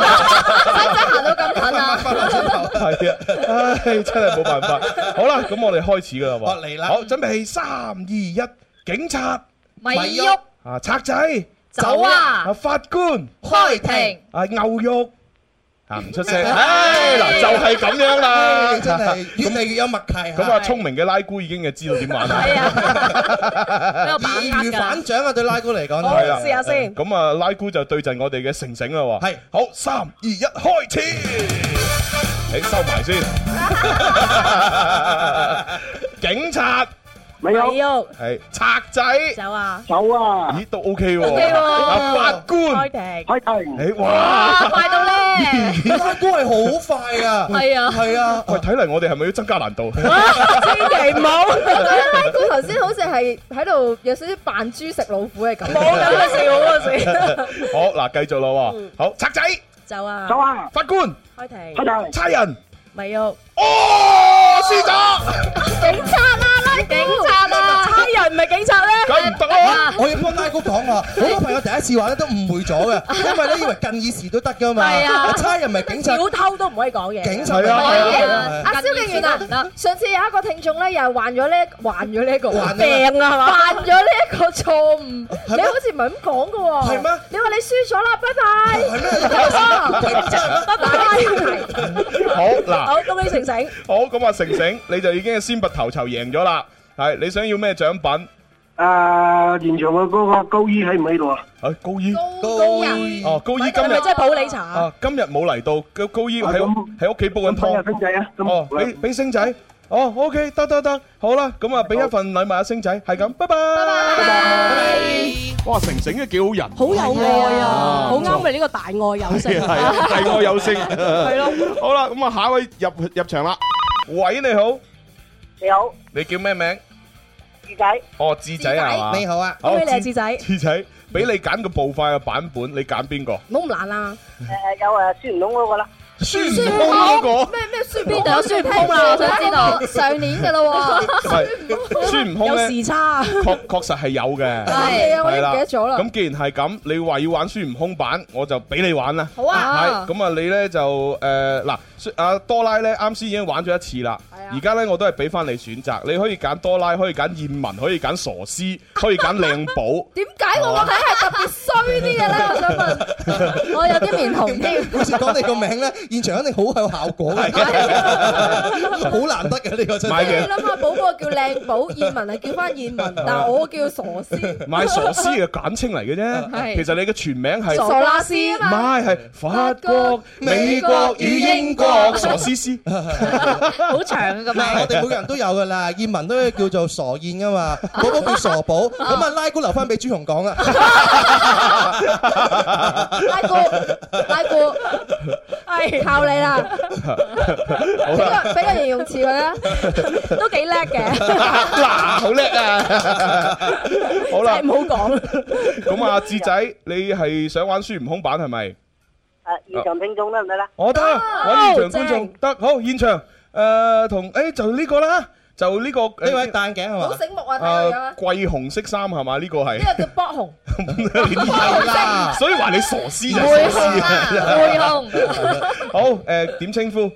行到咁近啊！ 係啊，唉，真係冇辦法。好啦，咁我哋開始噶啦喎。嚟啦好，準備三二一，警察咪喐啊，賊仔走啊法官開庭啊，牛肉。啊！唔出 聲，唉嗱，就係咁樣啦，唉真係越嚟越有默契。咁啊，聰明嘅拉姑已經係知道點玩啦。易如反掌啊！對拉姑嚟講，係啦咁啊，拉姑就對陣我哋嘅成成啦喎。係，好，三二一，開始。你收埋先。警察，咪有咪有係賊仔，走啊！走啊！咦，都 OK 喎。 OK 喎啊法官，開庭開庭。誒，哇！快到 咧！拉姑係好快啊！係啊係啊！喂，睇嚟我哋係咪要增加難度？千祈唔 好。拉姑頭先好似係喺度有少少扮豬食老虎嘅感覺。冇咁嘅事冇咁嘅事 好嗱，繼續啦喎。好，賊仔，走 à. 啊！走啊！法官，開庭！開庭！差人，咪喐！哦，輸咗！警察啊！拉警察 À, 啊差人唔係警察咧？梗唔得我要幫拉姑講啊！好多朋友第一次玩咧都誤會咗嘅，因為咧以為近義時都得噶嘛。係啊差人咪警察，小偷都唔可以講嘢。警 Ờ, 察咪係啊係啊係啊阿蕭敬元啊，上次有一個聽眾咧，又係患咗呢，患咗呢個患咗病啊係嘛患咗呢一個錯誤，你好似唔係咁講嘅喎。係咩？你話你輸咗啦，拜拜。 拜拜。好嗱，好，恭喜成成。 好，咁啊，成成，你就已經係先拔頭籌贏咗啦。係，你想要咩獎品？啊，現場嘅嗰個高醫喺唔喺度啊？誒，高醫，高人哦，高醫今係咪日真係普洱茶啊？啊，今日冇嚟到，高高醫喺屋喺屋企煲緊湯。星仔啊，哦，俾俾星仔。哦，OK，得得得，好啦，咁啊，俾一份禮物阿星仔，係咁，拜拜。拜拜。哇，成成都幾好人，好有愛啊，好唔錯啱我哋呢個大愛有係聲。啊，係我有聲。係咯。好啦，咁啊，下一位入入場啦。喂，你好，你好，你叫咩名？魚仔，哦，智仔係嘛？你好啊好恭喜你啊智仔智仔，俾你揀個步快嘅版本，你揀邊個？唔好咁懶啦。誒有誒孫悟空嗰個啦，孫悟空嗰個咩咩孫邊度有孫悟空 à, 啊我想知道上年嘅咯喎。係 孫悟空咧，有時差啊確確實係有嘅。係啊我已經係啦唔記得咗啦咁既然係咁，你話要玩孫悟空版，我就俾你玩啦。好啊係咁啊，你咧就誒嗱，孫阿多拉咧啱先已經玩咗一次啦。啊而家咧我都係俾翻你選擇，你可以揀多拉，可以揀燕文，可以揀傻師，可以揀靚寶。點解我個體係特別衰啲嘅咧？我想問， 我有啲面紅添。好似講你個名咧，現場肯定好有效果嘅，好難得 嘅呢個真買你嘅係。諗下，寶寶叫靚寶，燕文係叫翻燕文，但係我叫傻師。買傻 師嘅簡稱嚟 嘅啫，係其實你嘅全名係傻拉斯啊唔嘛係係法國、美國與英國傻師 師。好啊長㗎嘛我哋每個人都有㗎啦，燕文都叫做傻燕㗎 嘛，寶寶叫傻寶，咁啊拉姑留翻俾朱紅講啊。拉姑，拉 姑，係靠你啦！ 好俾啦，個俾個形容詞佢啦，都幾叻嘅。嗱，好叻 啊！好啦，真係唔好講。咁啊，志仔，你係想玩孫悟空版係咪？誒現場聽眾得唔得啦？我得，揾現場觀眾得，好現場誒同誒就呢個啦，就呢個呢位戴眼鏡係嘛好醒目啊睇佢啊貴紅色衫係嘛？呢個係呢個叫卜紅， 所以話你傻師就係會傻紅師啊，啊！會紅。好誒，點稱呼？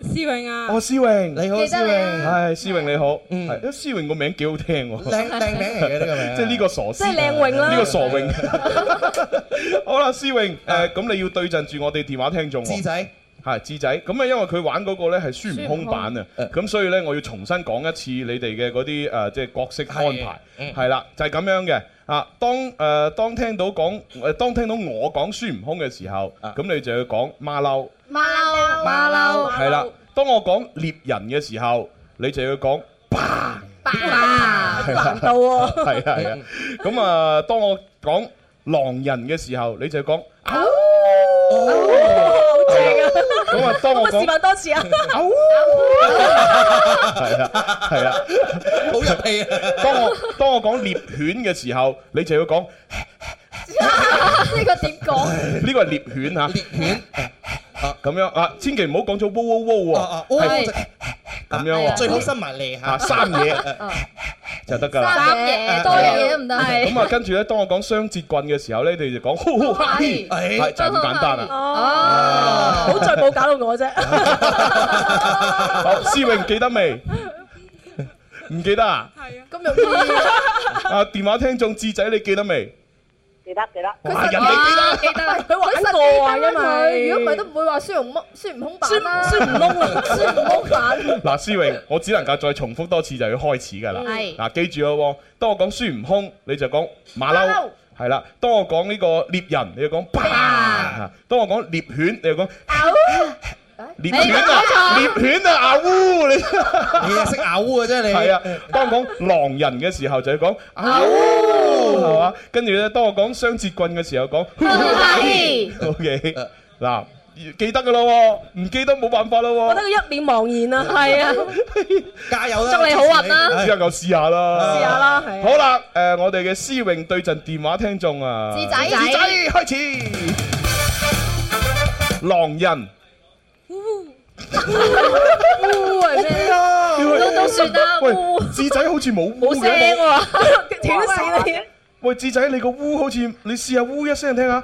思穎啊，哦，思榮，你好記得你啊係思榮你好，嗯，因為思榮個名幾好聽喎，靚靚名嚟嘅呢個名 即係呢個傻師，即係靚穎啦呢個傻榮。好啦，思榮，誒，咁你要對陣住我哋電話聽眾喎。啊智仔。係智仔，咁啊，因為佢玩嗰個咧係孫悟空版啊，嗯咁所以咧我要重新講一次你哋嘅嗰啲誒即係角色安排，嗯係啦，就係咁樣嘅。啊，當誒當聽到講誒當聽到我講孫悟空嘅時候，啊咁你就要講馬騮。馬騮，馬騮，係啦，當我講獵人嘅時候，你就要講 À. 啊 bang bang，難到喎。 係啊嗯係啊，咁啊，當我講狼人嘅時候，你就要講好正啊！咁啊當我講咁示範多次啊！係啦係啦，好入戲啊！當我當我講獵犬嘅時候，你就要講呢個點講？呢個係獵犬嚇。獵犬咁樣啊，千祈唔好講咗喔喔喔喎，係咁樣喎，最好伸埋脷啊嚇，三嘢 Ờ. 就得㗎 啦。三嘢多嘢都唔得係咁啊，跟住咧，當我講雙節棍嘅時候咧，你哋就講呼呼哈嘿，哦係係就係咁簡單啦。哦，Ờ. 好在冇搞到我啫。 好，思榮記得未？ 唔記得 啊？咁容易啊，電話聽眾智仔，你記得未？記得記得，哇實人哋記得，佢玩實過啊記得啦因為佢如果唔係都唔會話孫悟空孫悟空版啦，孫悟空啊，孫悟空版。嗱，思榮，我只能夠再重複多次就要開始㗎啦。係嗱，記住咯喎，當我講孫悟空，你就講馬馬騮騮，係啦；當我講呢個獵人，你就講啪；當我講獵犬，你就講獵犬啊，獵犬啊，啊烏你， 你係識咬烏嘅啫你係啊，當我講狼人嘅時候就要講啊烏，係嘛？跟住咧，當我講雙節棍嘅時候講。O K，嗱，記得噶咯喎，唔記得冇辦法咯我喎得。佢一臉茫然啊，係啊，加油祝你好運啦！只能夠試下啦，啊試下啦係啊好啦，誒，我哋嘅思穎對陣電話聽眾啊，智仔智仔開始。狼人，烏係咩啊？都都算啦，喂烏，智仔好似冇烏冇聲嘅喎， 斷線你。喂，智仔你個烏好似，你試下烏一聲聽 下。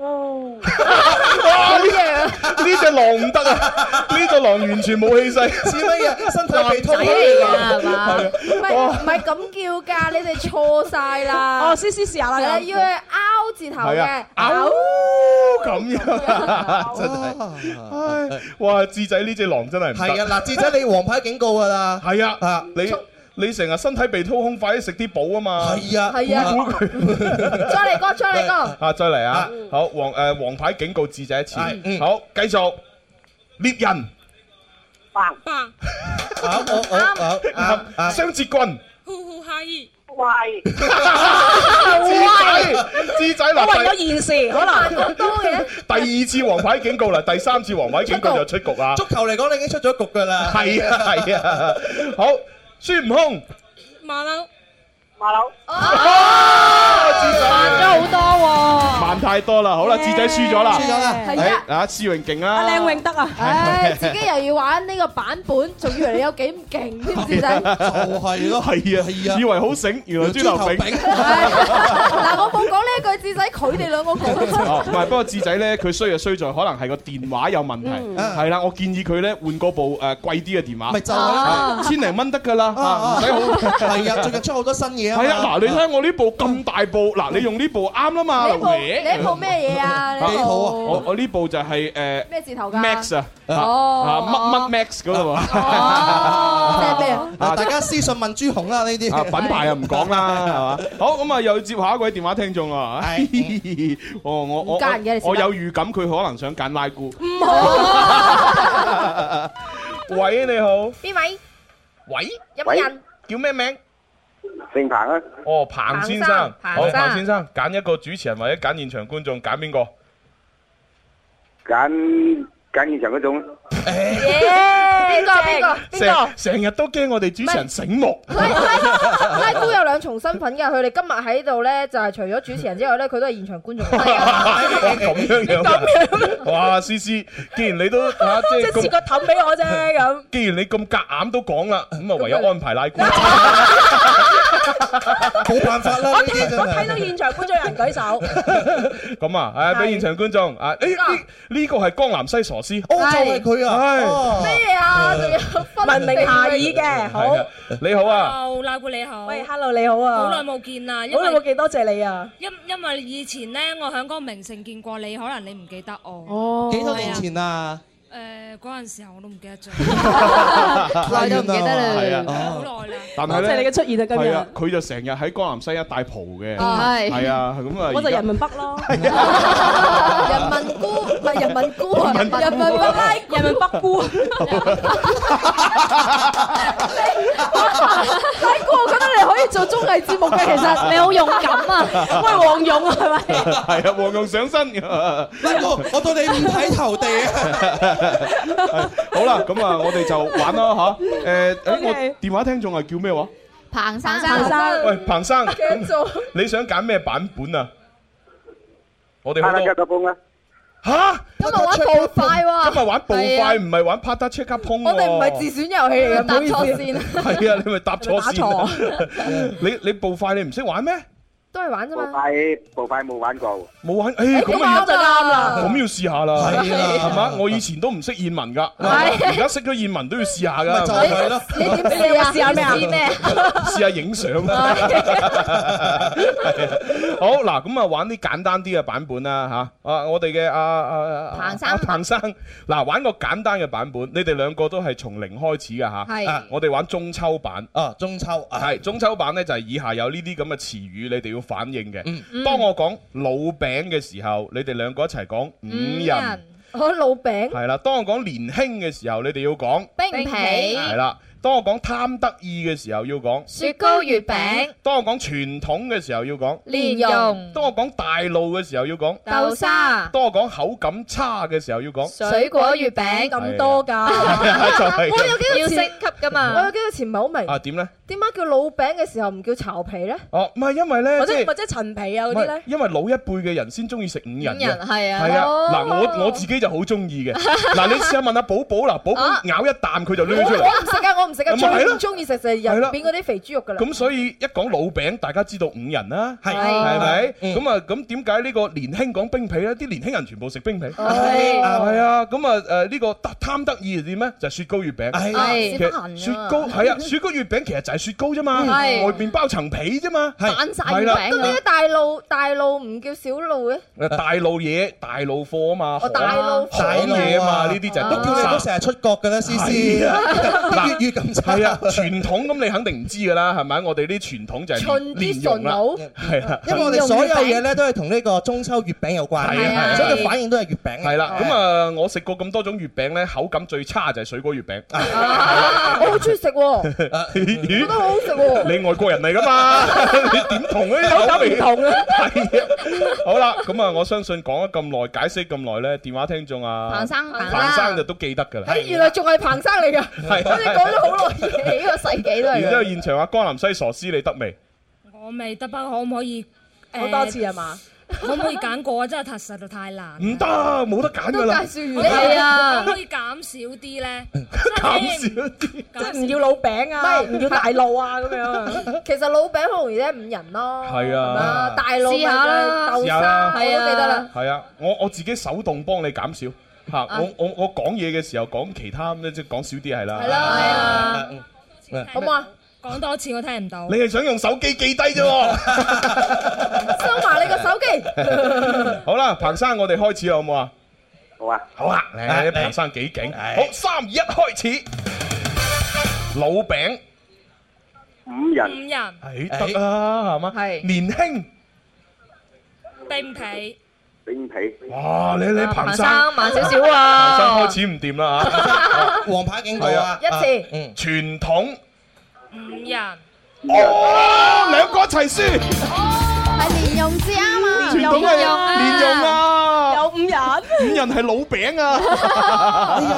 好嘢啊！呢只狼唔得啊！呢只狼完全冇氣勢，似乜嘢？身體仔被通嚟㗎係嘛？係啊唔係唔係咁叫㗎，你哋錯晒啦！哦試試試下啦係啦，咁要係拗字頭係嘅啊，，嗷咁樣啊，真係，唉哇！智仔呢只狼真係唔得係啊，嗱，智仔你黃牌警告㗎啦，係啊，你你成日身體被掏空，快啲食啲補啊嘛！係啊 係啊估佢再嚟個，再嚟個。啊，再嚟啊！好，黃誒黃牌警告智者一次。嗯好，繼續獵人，啊我我我啊啊雙節棍，呼呼哈意，喂，智仔，智仔嗱，我為第咗現時可能第二次黃牌警告啦，第三次黃牌警告就出局啦足。球嚟講，你已經出咗局㗎啦。係啊，係啊，好，孫悟空，馬騮，馬騮，慢咗好慢太多啦，好啦，智仔輸咗啦，Ờ. 輸咗啦係啊哎啊，思榮勁啦，阿靚永得啊，唉，自己又要玩呢個版本，仲以為你有幾唔勁添，智仔。就係咯，係啊，係啊，以為好醒，原來豬頭炳。嗱，我冇講呢一句，智仔佢哋兩個講。哦，唔係，不過智仔咧，佢衰就衰在可能係個電話有問題，係啦，我建議佢咧換嗰部誒貴啲嘅電話，咪就係咯千零蚊得㗎啦，啊唔使好係啊，最近出好多新嘢啊。係啊，嗱，你睇下我呢部咁大部，嗱，你用呢部啱啦嘛，你一部喂你一部咩嘢啊？你一部我我呢部就係誒咩字頭㗎 Max 啊，啊哦啊乜乜 Max 嗰度啊。 哦，即係咩啊？嗱，大家私信問朱紅啦，呢啲啊，品牌又唔講啦， 係嘛？好，咁啊，又要接下一位電話聽眾啊！ 哦，我我唔加人嘅你我試下有預感，佢可能想揀拉姑。唔好。喂，你好。邊位？喂，有冇人？叫咩名？姓彭啊！哦，彭先生，彭生好，彭生彭先生，揀一個主持人或者揀現場觀眾，揀邊個？揀揀現場嗰種，邊個？邊個？邊個成？成日都驚我哋主持人醒目，拉姑有兩重身份㗎，佢哋今日喺度咧，就係除咗主持人之外咧，佢都係現場觀眾。咁樣樣，哇！思思，既然你都嚇即即係係切個咁，氹俾我啫咁。既然你咁夾硬都講啦，咁啊唯有安排拉姑。冇辦法啦，我呢啲聽真我睇到係。現場觀眾有人舉手，咁啊，诶，俾現場觀眾啊，诶呢呢個係江南西傻師，哦就係佢啊係 哦咩啊仲有分文明下耳嘅好係啊你 好啊， Hello，拉哦姑你好。喂，Hello 你好啊，好耐冇見啦，因好耐冇為見，多謝你啊，因因為以前咧，我喺嗰個名城見過你，可能你唔記得我。哦幾多年前啊？誒嗰陣時候我都唔記得 咗，耐到都唔記得啦係係啊啊，好耐啦。但係咧，多謝你嘅出現啊今日係啊，佢就成日喺江南西一帶蒲嘅，啊係係啊，咁啊，我就而家人民北咯，人民姑唔係人民姑啊，人民人民北拉姑人民北姑，拉姑，我覺得你可以做綜藝節目嘅，其實你好勇敢啊，喂黃勇啊係咪？ 係啊，黃勇上身 㗎。我我對你五體投地 啊！好啦，咁啊，我哋就玩啦吓。誒，誒 OK 我電話聽眾係叫咩話？彭生彭生，喂，彭生，繼續你想揀咩版本啊？我哋好拍得多吓，今日玩步快喎，今日玩步係啊快，唔係玩 part check up 空喎。我哋唔係自選遊戲嚟嘅，唔好意思，係啊，你咪搭錯係咪 打線。你你步快你唔識玩咩？都係玩啫嘛。冇玩，誒咁啊咁就啱啦。咁要試下啦，係啊係嘛？我以前都唔識燕文㗎，係而家識咗燕文都要試下㗎，咪就係咯你點試啊？你試下咩啊試咩啊？試下影相啦。係啊 好嗱，咁啊玩啲簡單啲嘅版本啦吓。啊，我哋嘅啊啊彭生啊彭生，嗱玩個簡單嘅版本，你哋兩個都係從零開始嘅係吓。啊我哋玩中秋版。啊，中秋啊，係中秋版呢，就係以下有呢啲咁嘅詞語，你哋要反應嗯嘅。當我講老餅嘅時候，你哋兩個一齊講五仁。我老嗯哦餅係啦，當我講年輕嘅時候，你哋要講冰皮係啦。當我講貪得意嘅時候，要講雪糕月餅當我講傳統嘅時候要講蓮蓉當我講大路嘅時候要講豆沙當我講口感差嘅時候要講水果月餅咁咁多多 就㗎，係咁我有幾個要升級㗎嘛？我有幾個詞唔係好明，啊點呢？點解叫老餅嘅時候唔叫巢皮咧？哦，唔係因為呢，或即者係或者陳皮啊唔嗰啲係咧？因為老一輩嘅人先中意食五仁五嘅仁係啊係啊哦嗱我我自己就好中意嘅嗱你試下問下寶寶啦，寶寶啊咬一啖佢就我攣出嚟我唔食啊㗎，我唔食咁咪㗎，係最咯唔中意食就係入邊嗰啲肥豬肉㗎啦。咁所以一講老餅，大家知道五仁啦，係係係咪？咁啊，咁點解呢個年輕講冰皮咧？啲年輕人全部食冰皮，係啊係啊。咁啊誒呢個得貪得意係點咧？就係雪糕月餅，係啊小朋其友實啊雪糕係啊，雪糕月餅其實就係雪糕啫嘛，嗯係外邊包層皮啫嘛，係散晒啊係啦咁點解大路大路唔叫小路嘅？誒大路嘢、大路貨啊嘛，哦大路貨行嘢啊嘛，呢啲就係都叫你唔好成日出國㗎啦，思思。 啲粵語咁差啊係啊，傳統咁你肯定唔知㗎啦，係咪？我哋啲傳統就係秦之蓮蓉純啦，佬係啊啦。因為我哋所有嘢咧都係同呢個中秋月餅有關係啊係啊嘅，所以佢反應都係月餅。係啦，咁，啊，我食過咁多種月餅咧，口感最差就係水果 月餅。啊我好中意食喎，咦覺得好好食喎。你外國人嚟噶嘛？ 你點同呢啲口味？同啊！係啊，好啦，咁啊，我相信講咗咁耐，解釋咁耐咧，電話聽眾啊，彭生彭生彭生就都記得㗎啦。哎，原來仲係彭生嚟㗎，係啊我哋講咗好耐嘢，呢個世紀都係然之後㗎。現場阿江南西傻師你得未？我未得，不過可唔可以？好多次係嘛？可唔可以揀過啊？真係太實在太難。唔得，冇得揀㗎啦，係啊可唔可以減少啲咧？減少啲。即係唔要老餅啊，唔要大路啊咁 Ờ. 樣。其實老餅好容易啫，五仁咯。係啊啊，大路咪試下啦豆試下啦沙，我都記得啦。係啊，我我自己手動幫你減少嚇，啊我我我講嘢嘅時候講其他咁咧，即係講少啲係啦。係啦係啊嗯好唔好啊？講多次我聽唔到你。係想用手機記低啫喎？收埋你個手機。 好啦，彭生，我哋開始啦，好唔好啊？好啊，好啊，誒，彭生幾勁？好，三二一，開始。老餅，五人五人誒得啊，係嘛？係年輕，並皮冰皮，哇！你你彭生，慢少少啊彭生開始唔掂啦嚇。黃牌警告啊！一次嗯，傳統，五人哦，兩個一齊輸。係蓮蓉至啱啊！傳統係蓮蓉啊！有五人。五人係老餅啊！ 哎呀，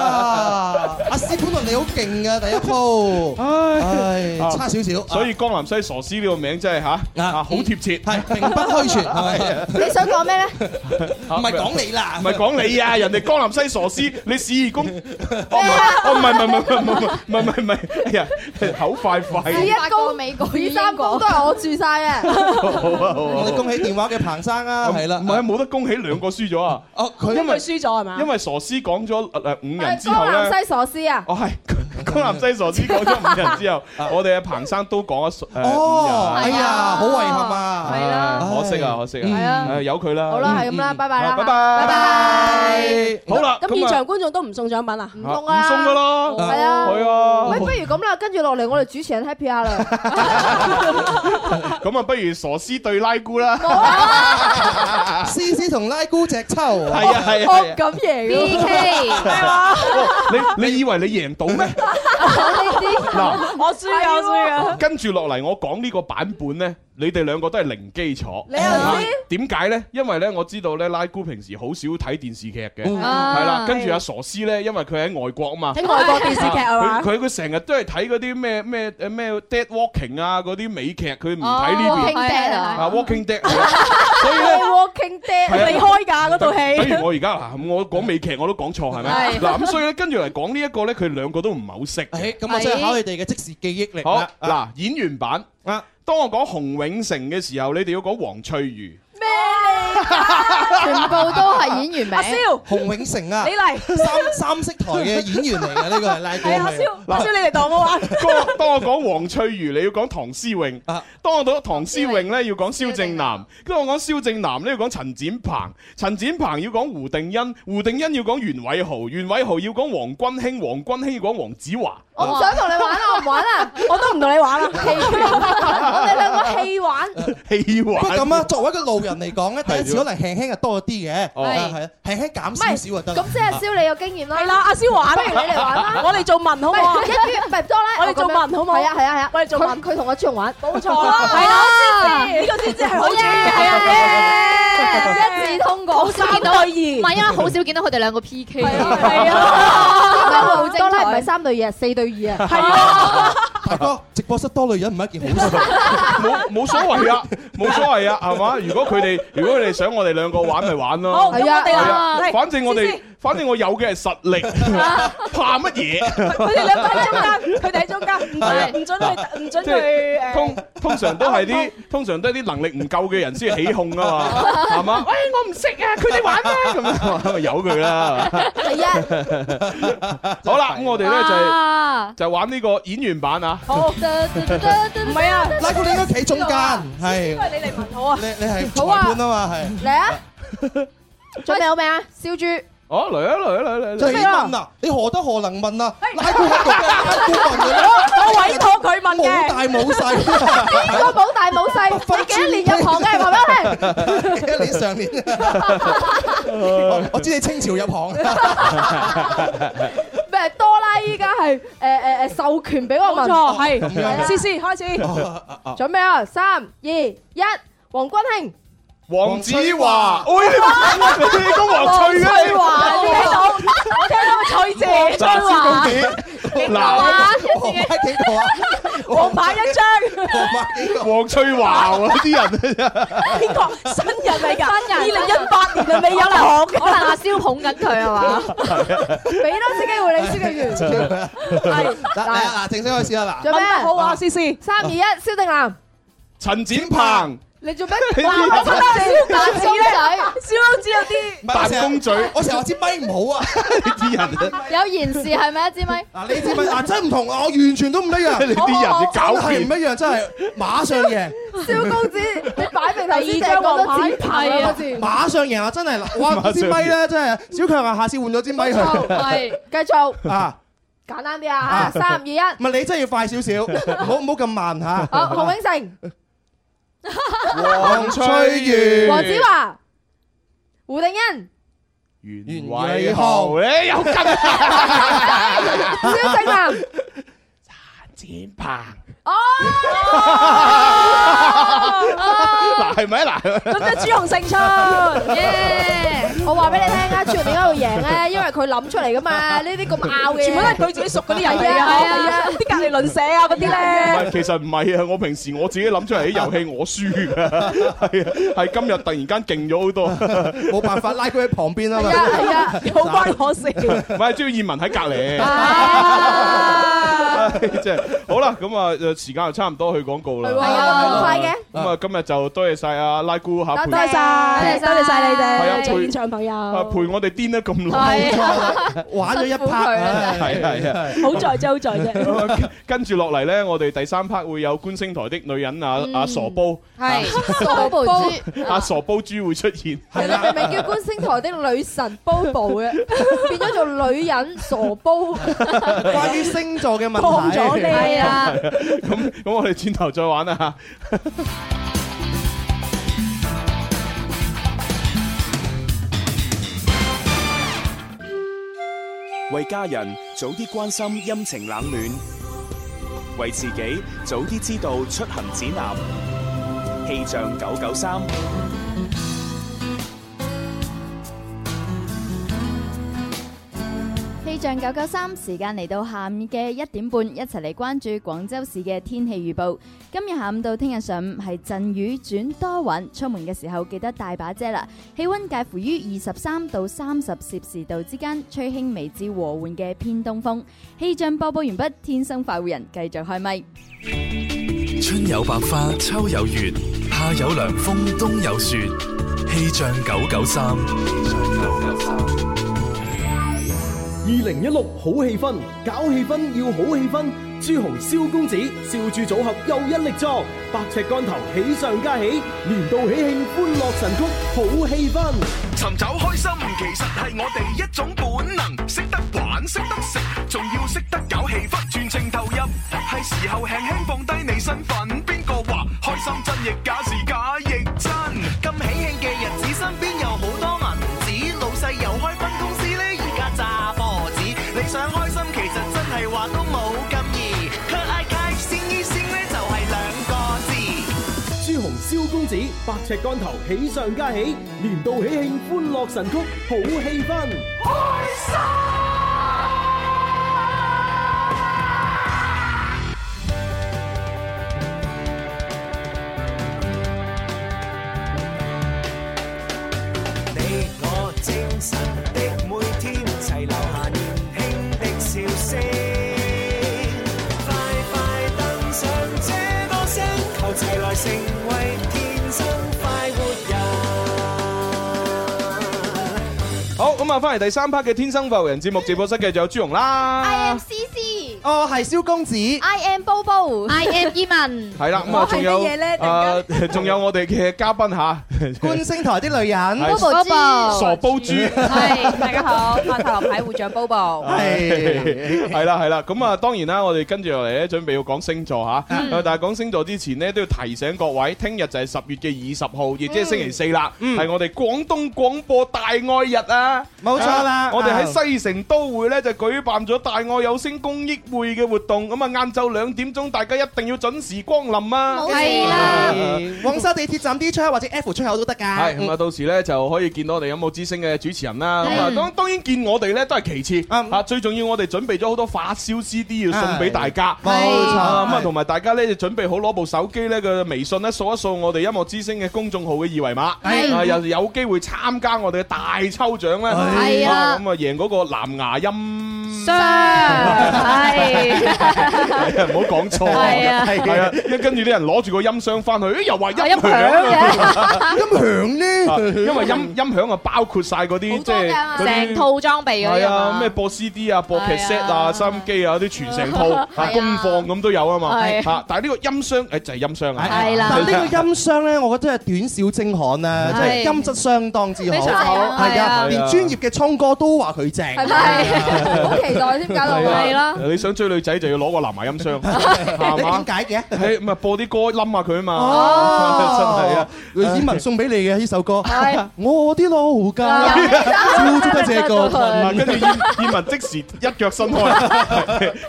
阿師本來你好勁啊，第一鋪，唉，差少少，所以江南西傻師呢個名真係吓啊，好貼切，係名不虛傳係咪你想講咩咧？唔係講你啦唔係講你啊，人哋江南西傻師，你市義公，哦唔係哦唔係唔係唔係唔係唔係唔係，哎呀口快快，第一高、美國、第三高都係我住晒啊！好啊好啊，我哋恭喜電話嘅彭生啊，係啦，唔係冇得恭喜兩個輸咗啊！哦，佢因為輸咗係嘛因為傻師講咗誒五人之後江咧南。西傻師啊！哦，係江南西傻子講咗五人 之後，我哋嘅彭生都講咗誒五人。哦，哎呀，好遺憾啊！係啦，可惜啊，可惜係啊啊，誒由佢啦。好啦係咁啦拜拜啦好拜拜拜，好啦，咁現場觀眾都唔送獎品啊？唔送啊唔送㗎啦係啊，係啊喂，不如咁啦，跟住落嚟我哋主持人 happy 下啦。 咁啊，不如傻師對拉姑 啦。思思同拉姑隻抽，係係啊係啊係啊咁贏啊 BK 係 嘛哇你你以為你贏到咩？嗱我輸啊我輸啊！跟住落嚟，我講呢個版本呢，你哋兩個都係零基礎。你又知點解呢？因為呢，我知道呢，拉姑平時好少睇電視劇嘅，係嗯啊啦。跟住係阿傻師呢，因為佢喺外國啊嘛，喺外國電視劇啊嘛佢佢佢成日都係睇嗰啲咩咩誒咩 Dead Walking 啊嗰啲美劇，佢唔睇呢哦邊。 ，Walking Dead 啊啊，Walking Dead。所以咧，Walking Dead 係啊未開㗎嗰套比如戲。我而家嗱，我講美劇我都講錯係咪？係嗱咁所以咧，跟住嚟講呢一個咧，佢兩個都唔係好 識嘅。哎咁哎我真係考你哋嘅即時記憶力啊好啦。嗱，演員版啊，當我講洪永城嘅時候，你哋要講黃翠如。全部都係演員名。阿蕭，洪永城啊，你嚟三三色台 嘅演員嚟嘅呢 個係拉姑係啊。嗱你嚟當我啊玩。當當我講黃翠如，你要講唐詩詠；啊當我到唐詩詠咧，要講蕭正楠；跟住我講蕭正楠咧，要講陳展鵬；陳展鵬要講胡定欣；胡定欣要講袁偉豪；袁偉豪要講黃君馨；黃君馨要講黃子華。我唔想同你玩啦，啊我唔 玩啦，我都 唔同你玩啦。啊我哋兩個戲玩。戲不玩。過咁啊，作為一個路人嚟講咧，第一次可能輕輕係多啲嘅，哦啊係啊，輕輕減少少就得啦。咁即係蕭，你有經驗啦。係啦阿蕭玩不如你嚟玩啦。我哋做文好唔好啊喂一於唔係多啦，我哋做文好唔好係啊係啊係啊。我哋做文佢佢同我朱紅玩，冇錯啦係啊呢個先至係好主意係啊一致通過。好少見到三唔對二係啊，好少見到佢哋兩個 P K。係啊，好精彩多啦，唔係三對二，係四對二啊。係大 哥，直播室多女人唔係一件好事。冇冇所謂啊，冇所謂啊，係嘛？如果佢哋如果佢哋想我哋兩個玩咪玩咯，好咁係啊我哋啦係啊嚟反正我思哋思反正我有嘅係實 力，怕乜佢哋嘢？兩個喺中間，佢哋喺中間，唔準係唔準去，唔準去即誒係。通通常都 係啲通常都係啲能力唔夠嘅人先起哄啊嘛，係嘛？喂，我唔識啊，佢哋玩啊 咁樣，由佢啦。 係啊，好啦，咁我哋咧就係啊，就玩呢個演員版 啊。好，唔係啊，拉姑你應該企中間，係因為你嚟問好啊。你你係裁好啊判啊嘛，係。嚟啊！準備好未啊，燒豬？哦，嚟啊嚟啊嚟啊就係嚟你啊！問啊，你何德何能問啊？拉姑喺度拉姑問嘅我我委託佢問冇大嘅。冇 呢細。個冇大冇細，你幾多年入行嘅？話俾我 聽。一年上年， 我我知你清朝入 行，咩多啦？依家係誒誒誒授權俾我冇問，錯，係咁樣。思思開始。準備啊！三二一，黃君慶，黃子華，喂，你你講黃翠翠華，啊你聽到？我聽到個翠字。翠黃子華公，子啊嗱，王牌幾個啊？王牌一張。王牌幾個？黃翠華啊啲人啊邊個新人嚟㗎？新人二零一八年就未有可能行可能阿蕭捧緊 佢係嘛？俾多次機會你，蕭敬 元。嗱嗱，正式開始啦！做咩？好啊，思思。三二一，蕭定南， 陳展鵬、你做咩？哇！我覺得蕭公子咧，哎蕭公子有嗱，啲彈弓嘴我成日話支咪唔好 啊！啲人啊，有言事係咪啊？知咪？嗱，你支咪嗱真唔同啊，我完全都唔一樣， 你啲人你搞真係唔掂一樣，真係馬上贏，蕭公子，你擺明頭先第二就張係王講牌得自拍兩個字。馬上贏啊！真係嗱，哇！支咪咧真係，小強啊，下次換咗支咪 冇錯佢係繼續 啊！簡單啲啊！嚇，三二一，唔係你真係要快少少，唔好唔好咁慢嚇。 好，洪永城、黃翠如、黃子華、胡定欣、袁偉豪，你有跟啊？蕭正南。展鵬，哦，Ờ, 嗱，係咪啊嗱？咁就朱紅 勝出，耶！我話俾你聽啊，朱紅點解會贏咧？因為佢諗出 嚟噶嘛，呢啲咁拗嘅嘢，全部都係佢自己熟嗰啲人嚟㗎係啊係啊，啲隔離鄰舍 à, 啊嗰啲唔咧。係，其實唔係啊！我平時我自己諗出嚟啲遊戲我輸㗎，係啊，係今日突然間勁咗好多，冇辦法拉佢喺旁邊啊嘛係啊係啊好關我事唔係，朱燕文喺隔離。 即係好啦，咁啊，誒時間又差唔多去廣告啦。係喎係啊咁快嘅咁啊，今日就多謝晒阿拉姑嚇，陪多謝晒，多謝晒你係啊哋陪現場朋啊友，陪我哋癲得咁耐，係啊玩咗一辛苦佢 part，啊 係係啊。好在啫，好在啫。 跟住落嚟咧，我哋第三 part 會有觀星台的女人啊，阿傻煲，係傻煲豬阿傻煲豬會出 現。係啦，明明叫觀星台的女神 Bobo 嘅，變咗做女人傻煲。關於星座嘅 問題，幫咗你係啊係啊咁咁，我哋轉頭再玩啦嚇。为家人早啲关心阴晴冷暖，为自己早啲知道出行指南。气象九九三，氣象九九三時間嚟到下午嘅一點半，一齊嚟關注廣州市嘅天氣預報。今日下午到聽日上午係陣雨轉多雲，出門嘅時候記得帶把遮啦。氣温介乎於二十三到三十攝氏度之間，吹輕微至和緩嘅偏東風。氣象播報完畢，天生快活人繼續開咪。春有百花，秋有月，夏有涼風，冬有雪。氣象九九三。二零一六好氣氛，搞氣氛要好氣氛。朱紅、蕭公子、笑住組合又一力作，百尺竿頭喜上加喜，年度喜慶歡樂神曲好氣氛。尋找開心其實係我哋一種本能，識得玩，識得食，仲要識得搞氣氛，全情投入。係時候輕輕放低你身份，邊個話開心真亦假，是假亦真。咁喜慶嘅日子，身邊有好多銀紙，老細又開分公司呢，而家炸波子。你想開心，其實真係話都冇咁易。卻嗌界先醫先呢，就係兩個字。朱紅、蕭公子、百尺竿頭喜上加喜，年度喜慶歡樂神曲好氣氛。你我精神的每天，齊留下年輕的笑聲。快快登上這歌聲，求齊來成為天生快活人。好， 咁啊，翻嚟第三 part 嘅天生浮人節目直播室嘅就有朱紅啦， C C，哦係蕭公子，I am Bobo，I am 伊文，係啦，咁啊，仲有我係乜嘢咧突啊， 仲有我哋嘅嘉賓吓，觀星台的女人 係 Bobo 豬 傻煲 豬。係大家好，我係塔羅牌會長 Bobo。 系系啦系啦，咁啊當然啦，我哋跟住落嚟咧，準備要講星座吓，嗯但係講星座之前呢，都要提醒各位，聽日就係十月嘅二十號，亦即係星期四啦，係我哋廣東廣播大愛日啊！冇錯啦啊我哋喺西城都會咧就舉辦咗大愛有聲公益會嘅活動，咁啊晏晝兩點鐘，大家一定要準時光臨啊！係啦嗯，廣州地鐵站 D 出口或者 F 出口都得㗎。係咁啊，到時咧就可以見到我哋有冇之星嘅主持人啦。咁啊，嗯當當然見我哋咧都係其次，啊最重要我哋準備咗好多發燒 CD 要送俾大家。係冇錯啊咁啊係同埋大家咧就準備好攞部手機咧嘅微信咧掃一掃我哋音樂之星嘅公眾號嘅二維碼，係啊又有機會參加我哋嘅大抽獎咧。係啊咁啊贏嗰個藍牙音。雙係。 係啊唔好講錯，係啊係啊，一跟住啲人攞住個音箱翻去，咦又話音又音響 嘅響咧，因為音音響啊包括晒嗰啲即係嗰啲成套裝備嗰係啲啊，啊咩播 CD 啊、播劇 set 啊、收音機啊啲全成套係啊啊公放咁都有啊嘛，係嚇！但係呢個音箱誒就係音箱啊，係啦，但呢個音箱咧，我覺得係短小精悍啊，即係係音質相當之好，非常好係係啊啊，連專業嘅聰哥都話佢正，係咪？好期待添，搞到係啊係啦。你想追女仔就要攞個藍牙音上，你係嘛？點解嘅？係咪播啲歌冧下佢啊嘛哦？ 真係啊！李子文送俾你嘅呢首歌係，我啲老家啊照足得這個啊羣，跟住燕燕文即時一腳伸開，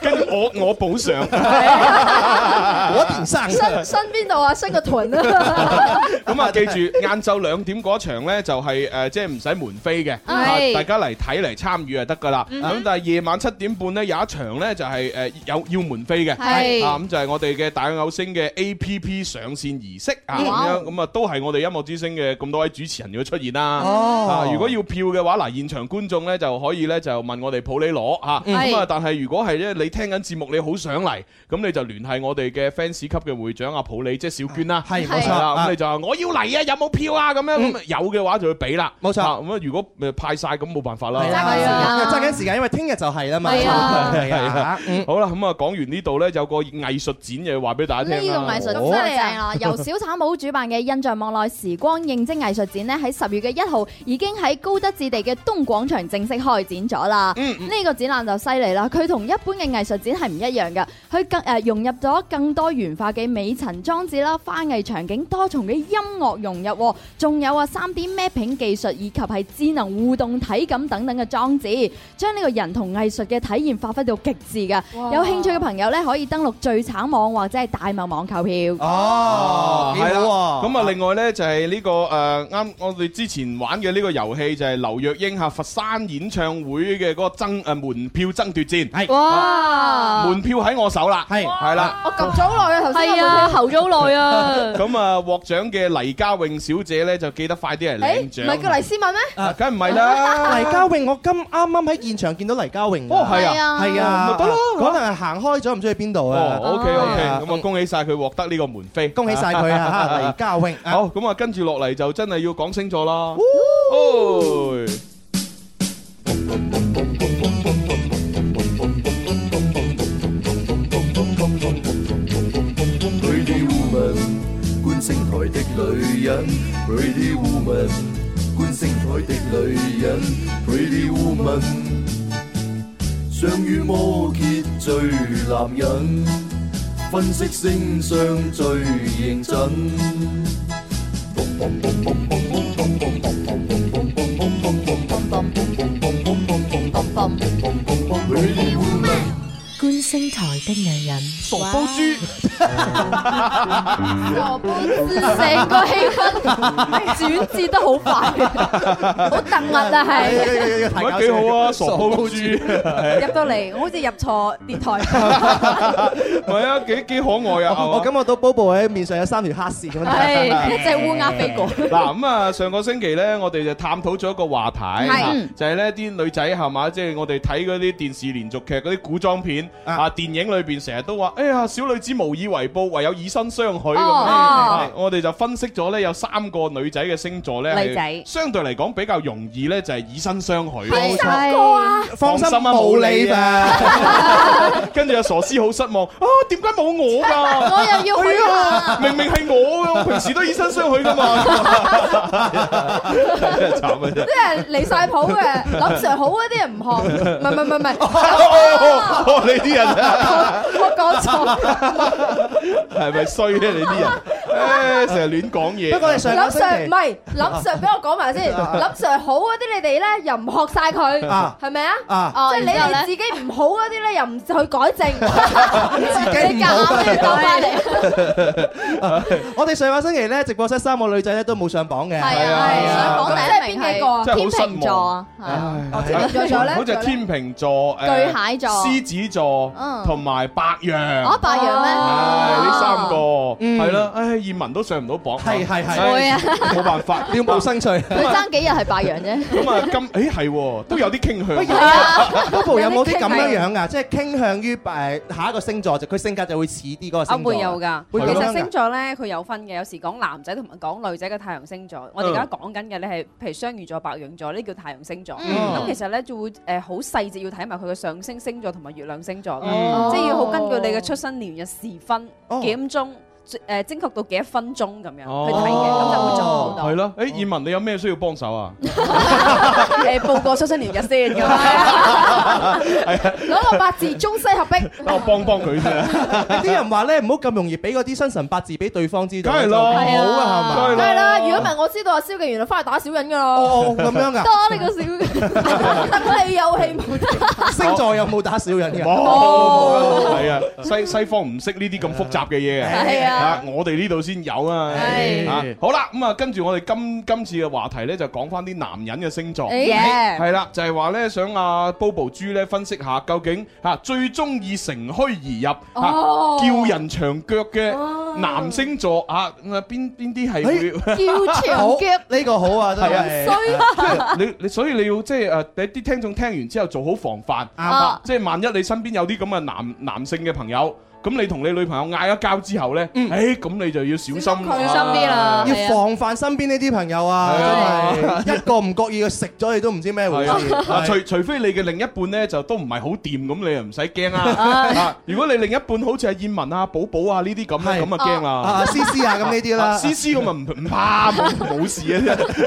跟住我我補上，啊我田生伸伸邊度啊？伸個臀 啊！咁啊，記住晏晝兩點嗰場咧，就係誒，即係唔使門飛嘅，嗯係啊大家嚟睇嚟參與就得噶啦。嗯哼咁但係夜晚七點半咧有一場咧就係誒有要門飛嘅，係啊咁就係我哋嘅大偶星嘅 A P P 上線儀式啊嗯咁哇樣，咁啊都係我哋音樂之星嘅咁多位主持人要出現啦。哦啊如果要票嘅話，嗱現場觀眾咧就可以咧就問我哋普利攞嚇，嗯咁啊係但係如果係咧你聽緊節目你好想嚟，咁你就聯繫我哋嘅 fans 級嘅會長阿普利，即係小娟啦，係冇錯係啦啊嗯咁你就話我要嚟啊，有冇票啊？咁樣咁啊有嘅話就去俾啦，冇錯啊咁啊如果誒派晒咁冇辦法啦，係啦係啊揸緊時間因為聽日就係啦嘛係啊係 啊好啦，咁啊講完呢度咧有個藝術展嘅話俾大家聽呢個藝哦術真哦係正啦！啊 由小產帽主辦嘅印象望內時光應徵藝術展呢，喺十月嘅一號已經喺高德置地嘅東廣場正式開展咗啦。呢個展覽就犀利啦，佢同一般嘅藝術展係唔一樣嘅，佢更誒融入咗更多元化嘅美陳裝置啦、花藝場景、多重嘅音樂融入喎，仲有啊三 D mapping 技術以及係智能互動體感等等嘅裝置，將呢個人同藝術嘅體驗發揮到極致嘅。哇有興趣嘅朋友咧，可以登錄聚橙網或者係大麥網購票。哦，幾好喎咁啊，另外咧就係呢個誒啱我哋之前玩嘅呢個遊戲就係劉若英嚇啊佛山演唱會嘅嗰個爭誒門票爭奪戰，係哇門票喺我手啦，係係啦。我及咗好耐啊！頭先係啊候咗好耐啊咁啊，獲獎嘅黎嘉穎小姐咧，就記得快啲 誒，嚟領獎。唔係叫黎思敏咩？啊，梗唔係啦，黎嘉穎，我今啱啱喺現場見到黎嘉穎㗎。哦係啊係咪啊，得咯可能係行開咗，唔知去邊度啊。哦，OK 係啊 OK，咁啊，恭喜晒佢獲得呢個門飛，恭喜晒佢啊哈黎嘉穎好，咁啊，跟住落嚟就真係要講星座啦。哦觀星台的女人，Pretty Woman，觀星台的女人，Pretty Woman，相與摩羯最男人，分析星相最認真。Pretty Woman。观星台的女人，傻煲猪，傻波斯成個氣氛轉折得好 快，好突兀啊！係喂，幾好啊，傻煲豬，入到嚟，我好似入錯電台。 係啊，幾幾可愛啊，係嘛我感覺到 Bobo 喺面上有三條黑線咁樣。係一隻烏鴉飛過嗱咁啊，上個星期咧，我哋就探討咗一個話題，係啊嗯就係呢啲女仔係嘛，即係我哋睇嗰啲電視連續劇嗰啲古裝片啊，電影裏邊成日都話，哎呀，小女子無以為報，唯有以身相許咁。哦啊我哋就分析咗咧，有三個女仔嘅星座咧，女仔相對嚟講比較容易咧，就係以身相許。邊三個啊放心啊冇你㗎。 跟住阿傻師好失望，啊，點解冇我㗎？我又要去啊明明係我嘅，我平時都以身相許㗎嘛。真係慘啊！真係即係離晒譜嘅，林 Sir 好嗰啲人唔學，唔係唔係唔係， 哦，你啲人啊，我講錯。係咪衰咧？你啲人，誒，成日亂講嘢。不過你上林 Sir 唔係林 Sir，俾我講埋先。啊林 Sir 好嗰啲，你哋咧又唔學晒佢，啊係咪啊？啊即係你然之後哋自己唔好嗰啲咧，又唔去改 正，自己唔好你夾硬都要講翻嚟。我哋上個星期咧，直播室三個女仔咧都冇上榜嘅。係 à, 啊係啊上榜第一名係咁即係邊幾個啊？真係好失天望秤座啊係啊唉天秤座仲有咧好似係天秤座、巨蟹座獅子座嗯同埋白羊。哦白羊咩係啊呢三個嗯係啦，唉，葉文都上唔到榜。係係係唉會啊冇辦 法，了無生趣。佢 咁啊，啊爭幾日係白羊啫。今誒 係喎哦都有啲傾向。喂有 啊 Bobo 有冇啲咁樣有啲樣啊噶？即係傾向於誒下一個星座，就佢性格就會似啲嗰個啊星座。會有㗎，其會咁實樣㗎星座咧佢有分嘅，有時講男仔同埋講女仔嘅太陽星嗯座。我哋而家講緊嘅咧係譬如雙魚座、白羊座呢叫太陽星座。嗯咁其實咧就會誒好細節要睇埋佢嘅上升星座同埋月亮星座，哦嗯即係要好根據你嘅出生年日時分幾點鐘。誒精確到幾多分鐘咁樣哦去睇嘅，咁就會做好 到。係啦，誒燕文，你有咩需要幫手啊？誒報個出生年日先咁。 攞個八字中西合璧，等我幫幫啊佢先啊。 啲人話咧，唔好咁容易俾嗰啲生辰八字俾對方知道，梗係就啦唔好啊，係嘛？梗係啦。如果唔係，我知道阿蕭敬元翻去打小人噶啦。哦咁樣㗎多你個小，得你有氣冇得。星座有冇打小人嘅？冇，係啊，西西方唔識呢啲咁複雜嘅嘢嘅，係啊我哋呢度先有啊，係啊好啦，咁啊，跟住我哋今今次嘅話題咧，就講翻啲男人嘅星座，誒耶係啦，就係話咧，想阿 Bobo 豬咧分析下，究竟嚇最中意乘虛哦而入嚇叫人長腳嘅男星座啊，邊邊啲係會叫長腳呢個好啊，真係啊啊係。你你所以你要即係誒，你啲聽眾聽完之後做好防範，啊即係萬一你身邊有啲咁嘅男男性嘅朋友。咁你同你女朋友嗌咗交之後咧，誒咁你就要小心，小 心要防範身邊呢啲朋友啊！係啊真係一個唔覺意佢食咗，你都唔知咩 回事。啊，除係除非你嘅另一半咧就都唔係好掂，咁你又唔使驚啦。係啊，如果你另一半好似阿燕文啊、寶寶啊呢啲咁咧，咁啊驚啦。啊啊思思啊咁呢啲啦啊思思咁啊唔唔怕，冇冇事啊。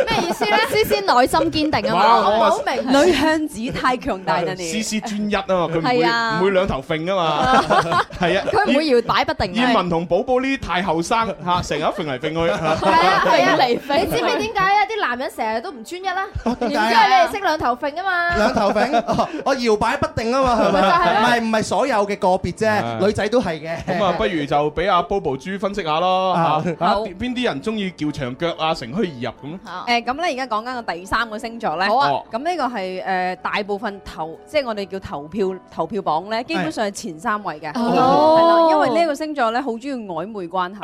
咩意 思咧？思思內心堅定啊嘛，哇我啊女向子太強大啦你。思思專一啊嘛，佢唔會係啊唔會兩頭揈啊 嘛，係啊，佢唔會搖擺不定燕嘅。文同寶寶呢啲太後生嚇，成日揈嚟揈去。係啊係啊，你嚟知唔知點解啊？啲男人成日都唔專一啦，然之後你 點解啊哋識兩頭揈啊嘛。兩頭揈， 哦我搖擺不定啊嘛，係咪？唔係唔係所有嘅個別啫，女仔都係嘅。咁啊，不如就俾阿 Bobo 豬分析下咯啊嚇，嚇邊啲人中意叫長腳啊、乘虛而入咁咧？誒咁咧，而家講緊個第三個星座咧，好啊咁呢個係誒大部分投，即係我哋叫投票投票榜咧，基本上係前三位嘅，哦係啦，因為呢個星座咧好中意曖昧關係，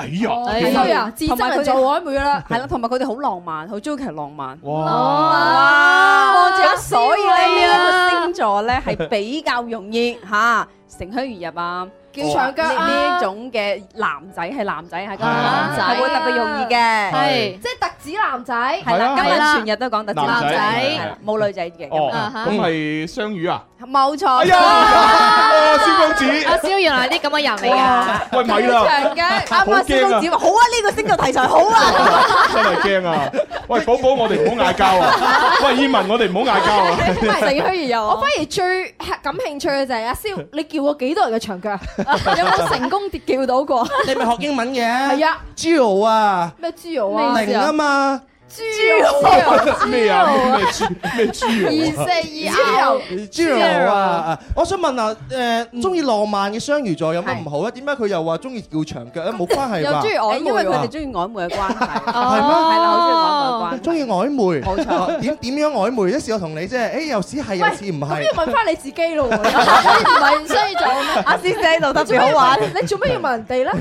哎呀哎呀自憎人做曖昧啦，係啦，同埋佢哋好浪漫，好追求浪漫，哇哇望住有阿所以思維啊呢一個星座咧係比較容易嚇乘虛而入啊。叫長腳啊呢呢種嘅男仔係男仔係男仔啊係會特別容易嘅，係即係特指男仔。係啦，今日全日都講特指男仔冇女仔嘅。哦咁啊，咁係雙魚啊？冇錯。哎 呀啊蕭公子阿蕭原來係啲咁嘅人嚟㗎。喂，咪啦，好啱啱驚蕭啊公子！話好啊，呢個星座題材好啊。真係驚啊！喂，寶寶，我哋唔好嗌交 啊！喂，燕文，我哋唔好嗌交唔係啊！乘虛而入。我反而最感興趣嘅就係阿蕭，你叫過幾多人嘅長腳？有冇成功叫到過？你咪學英文嘅？係啊，Jewel 啊，咩豬油啊？零啊嘛，豬油咩啊？咩豬咩豬二肉啊？四二 Jewel 啊啊！我想問啊，嗯誒，中意浪漫嘅雙魚座有乜唔好啊？點解佢又話中意叫長腳咧？冇關係吧？啊因為佢哋中意曖昧嘅 關係，係咩？係啦，好中意曖昧嘅關係。中意曖昧，冇錯點點樣曖昧？一時我同你即係，誒有時係，有時唔咁係要。問翻你自己咯喎，你唔係衰咗咩？阿師姐喺度特別做咩好玩問你做咩要問人哋咧？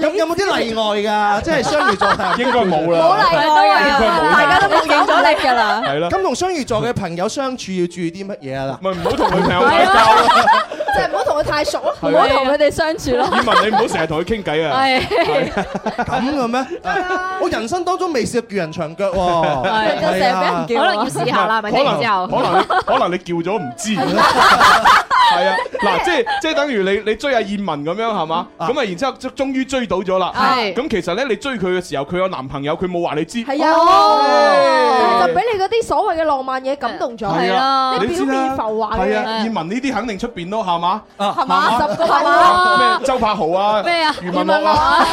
咁有冇啲例外㗎？即係雙魚座係應該冇啦冇例外啊應該冇啦大家都默認咗你㗎啦係啦咁同雙魚座嘅朋友相處要注意啲乜嘢啊？咪唔好同女朋友嗌交啦！即係唔好同佢太熟咯，係啊唔好同佢哋相處咯。燕文，你唔好成日同佢傾偈啊！係啊咁嘅咩？啊我人生當中未試過叫人長腳喎，係真係係啊俾人叫啊可能要試 下啦咪聽完之後可能可能你叫咗唔知。係啊，嗱，即係即係等於你你追阿燕文咁樣係嘛，咁啊然之後終終於追到咗啦。係咁其實咧，你追佢嘅時候，佢有男朋友，佢冇話你知。哦係啊，但係就俾你嗰啲所謂嘅浪漫嘢感動咗，哎係啊你你知表面啦，浮華係嘅啊，嘢葉。文呢啲肯定出邊咯，係嘛？係啊係嘛十個係嘛嘛？咩周柏豪啊？咩啊余文樂啊？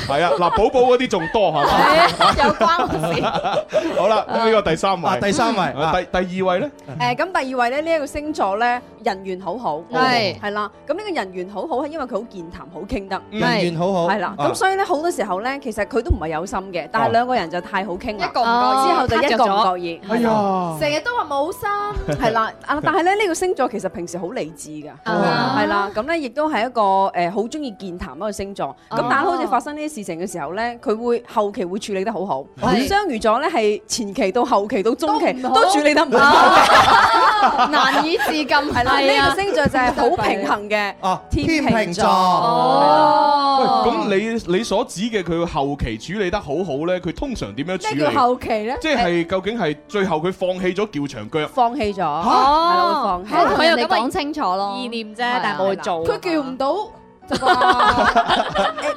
係啊，嗱，寶寶嗰啲仲多係嘛？啊有關 好啦，呢個第三位，啊第三位啊第第二位咧？誒咁第二位咧，呢一個星座咧人緣好好，係係啦。咁呢個人緣好好係因為佢好健談，好傾得，嗯人緣好好係啦。啊咁所以咧好多時候咧，其實佢都唔係有心嘅，但係兩個人就太好傾啦，一個唔覺意之後就一個唔覺意，哎呀成日都話冇心，係啦，啊！但係咧，呢個星座其實平時好理智㗎，啊係啦，咁咧亦都係一個誒好中意健談一個星座。咁哦但係好似發生呢啲事情嘅時候咧，佢會後期會處理得好好。係雙魚座咧係前期到後期到中期都唔好都處理得唔好啊，難以置禁係啦，係啊呢個星座就係好平衡嘅哦天秤座。啊哦喂，咁你你所指嘅佢後期處理得好好咧，佢通常點樣咩處理？叫後期咧即係究竟係最後佢放棄咗叫長腳？放棄哦啊咗，係啦會放棄。啊佢又咁講清楚咯，意念啫，但係冇做佢叫唔到誒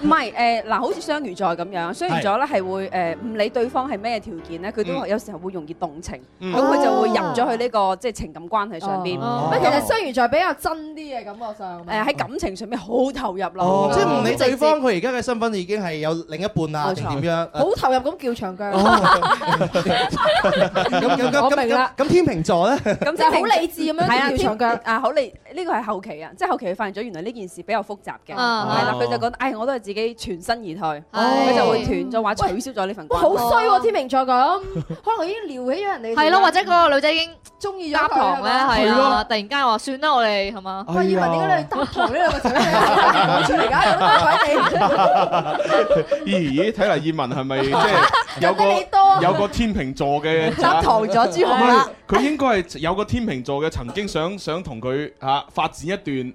唔係誒嗱，好似雙魚座咁樣，雙魚座咧係會誒唔理對方係咩條件咧，佢都嗯有時候會容易動情，嗯咁佢就會入咗去呢個即係情感關係上邊。喂，其實雙魚座比較真啲嘅感覺上，誒喺感情上面好投入哦咯，，即係唔理對方，佢而家嘅身份已經係有另一半啦，定點樣？好投入咁叫長 腳，咁咁我咁明啦咁咁天秤座咧？咁就係好理智咁係樣吊啊，長腳啊，好理呢個係後期啊，即係後期佢發現咗原來呢件事比較複雜嘅，係啊啦，哦佢就覺得，唉，我都係自己全身而退，係佢就會斷咗話取消咗呢份哇關係。好衰喎！天秤座咁，可能已經撩起咗人哋，係咯或者嗰個女仔已經中呃意咗搭佢堂咧係係啊，咯突然間話算啦，我哋係嘛？喂，以為點解你搭堂呢兩個字咧？ 好似而家有咦，睇嚟葉文係咪即係有個有個天秤座嘅搭堂咗朱紅啦唔係佢應該係有個天秤座嘅，曾經想 想同佢嚇發展一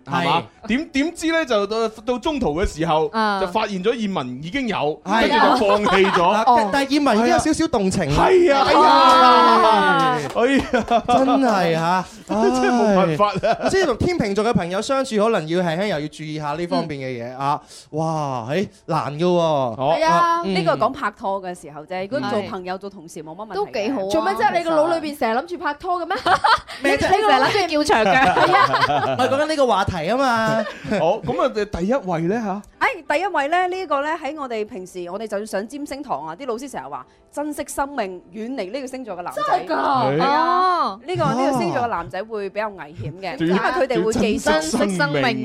段係嘛？點點知咧就到到中途嘅時候啊就發現咗葉文已經有，係跟住就放棄咗嗱。 但係葉文已經有少少動情啦。係啊，哎呀，哎呀，真係嚇， 真係冇辦法啊！即係同天秤座嘅朋友相處，可能要輕輕又要注意下呢方面嘅嘢啊！哇，誒難嘅喎，哦係啊，呢個嗯係講拍拖嘅時候啫，如果做朋友做同事冇乜問題嘅。都幾好啊做咩啫？你個腦裏邊成日諗住拍拖嘅咩？咩啫你個腦裏邊叫長係啊！ 我係講緊呢個話題啊嘛。 好，咁啊，第一位咧嚇，誒第一位咧，呢個咧喺我哋平時，我哋就算上占星堂啊，啲老師成日話珍惜生命，遠離呢個星座嘅男仔。真係㗎係啊哦呢個呢個星座嘅男仔會比較危險 嘅，因為佢哋會記珍惜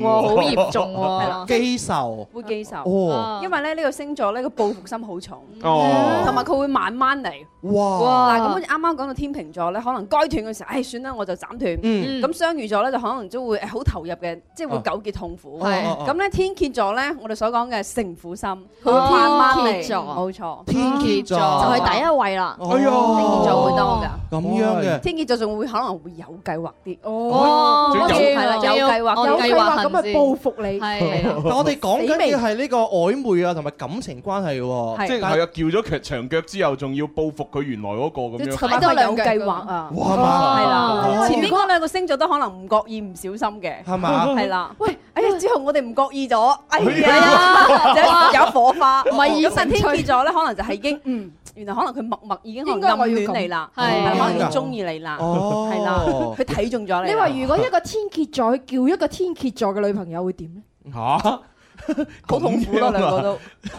係啦 記仇。會記仇哦，因為咧呢個星座咧個報復心好重，哦同埋佢會慢慢嚟。哇嗱咁好似啱啱講到天秤座咧，可能該斷嘅時候，唉算啦，我就斬斷。嗯咁雙魚座咧就可能都會誒好投入嘅，即係會糾結痛苦。哦哦哦咁咧天蠍座咧，我哋所講嘅城府心，佢會哦慢慢嚟。天蠍座冇錯，天蠍座就係第一位啦哎呀天蠍座會多㗎。咁樣嘅。天蠍座仲會可能會有計劃啲，哦仲有係啦，有計劃，有有計計劃劃咁咪報復你。 但我哋講緊嘅係呢個曖昧啊，同埋感情關係即喎。係係啊，叫咗佢長腳之後，仲要報復佢原來嗰個咁樣。同埋都有哦計劃啊，哇係嘛係哇啦，前面嗰兩個星座都可能唔覺意唔小心嘅，係嘛係啦，喂，哎呀，之後我哋唔覺意咗，哎哎呀呀，就有火 花，唔係以咁但神天吹蠍座咧，可能就係已經嗯。原來可能佢默默已經可應該能我暗要戀你啦，咁係係可能已㗎經中意你啦，哦係啦，佢睇中咗你啦。你話如果一個天蝎座去叫一個天蝎座嘅女朋友會點咧？嚇，好痛苦咯，兩個 都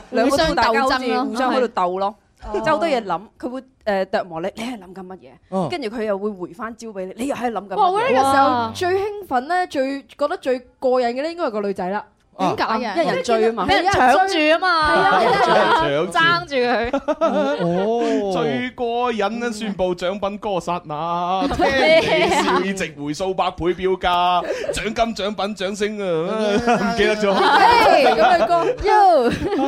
兩個都大家好似互相喺度鬥咯，即係好多嘢諗，佢會誒琢磨你，你係諗緊乜嘢？哦跟住佢又會回翻招俾你，你又係諗緊乜嘢。哇！我覺得呢個時候最興奮咧，最覺得最過癮嘅咧，應該係個女仔啦。點解嘅一人追啊嘛俾人搶住啊嘛係 啊，搶爭住佢。哦，最過癮咧！宣布獎品哥剎 那，聽你笑已值回數百倍標價，獎金獎品掌聲啊！ 唔記得 咗。哎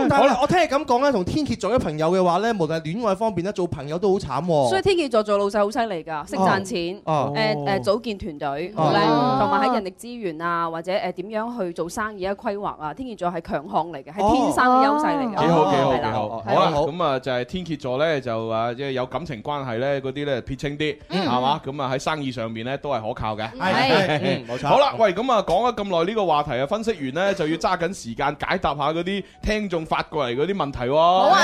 但係我聽你咁講啊咧，同天蠍座嘅朋友嘅話咧，無論係戀愛方面咧，做朋友都好慘哦喎。所以天蠍座做老細好犀利㗎，識賺錢，哦誒誒組建團隊，好咧同埋喺人力資源啊，或者誒點樣去做生意啊、規劃啊，天蠍座係強項嚟嘅，係天生嘅優勢嚟㗎。幾好幾好哦係幾啦好，好啦，咁啊就係天蝎座咧就啊即係有感情關係咧嗰啲咧撇清啲，係嘛？咁啊喺生意上面咧都係可靠嘅，係嗯冇錯好啦，喂，咁啊講咗咁耐呢個話題啊，分析完咧就要揸緊時間解答下嗰啲聽眾發過嚟嗰啲問題喎。好啊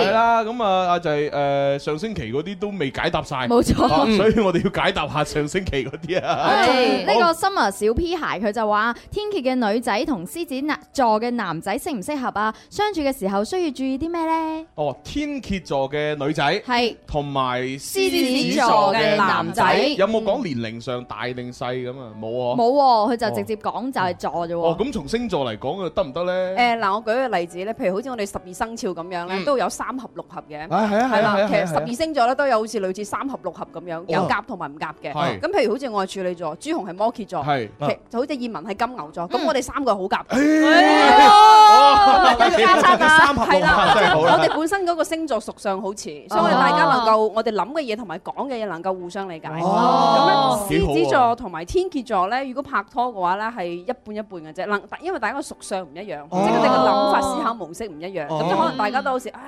係啦，咁啊啊就係誒上星期嗰啲都未解答晒，冇錯啊所以我哋要解答下上星期嗰啲啊。哦係哎呢個好 Summer 小 P 鞋，佢就話天蠍嘅女仔同獅子男座嘅男仔適唔適合啊？相處嘅時候需要注意啲咩呢？哦，天蝎座嘅女仔係同埋獅子座嘅男仔有冇講年齡上大定細咁啊？冇啊，冇喎，佢就直接講就係座啫哦，喎。咁從星座嚟講啊，得唔得咧？誒嗱，我舉個例子咧，譬如好似我哋十二生肖咁樣咧，嗯都有三合六合嘅，啊係啊係啊係啊啦。其實係啊哦十二星座咧都有好似類似三合六合咁樣，有夾同埋唔夾嘅。係咁譬如好似我係處女座，朱紅係摩羯座，係嗯其實好似葉文係金牛座，咁我哋三個係好夾嘅。哎哦咁咪加餐啊三合六合真係好啦我哋本身嗰個星座屬相好似，所以我哋大家能夠我哋諗嘅嘢同埋講嘅嘢能夠互相理解。哦咁咧，幾好獅喎子座同埋天蠍座咧，如果拍拖嘅話咧，係一半一半嘅啫。能因為大家屬相唔一樣，哦即係佢哋嘅諗法、思考模式唔一樣，哦咁就可能大家都好似啊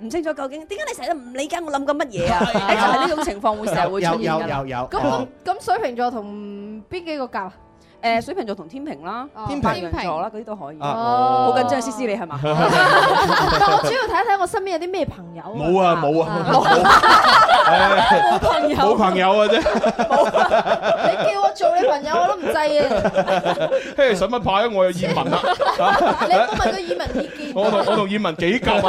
唔清楚究竟點解你成日都唔理解我諗緊乜嘢啊？哦誒就係呢種情況會成日會出現㗎啦。咁咁水瓶座同邊幾個夾啊？誒誒水瓶座同天平啦、天平白羊座啦，嗰啲都可以。啊哦好緊張，思思你係 嘛？我主要睇一睇我身邊有啲咩朋 友。冇啊冇啊 冇朋友 冇朋友啊啫。你叫我做你朋友我都唔制啊！ 嘿，使乜怕啊？我有葉文啦，你都問個語文意見。 我同我同葉文幾夾 啊！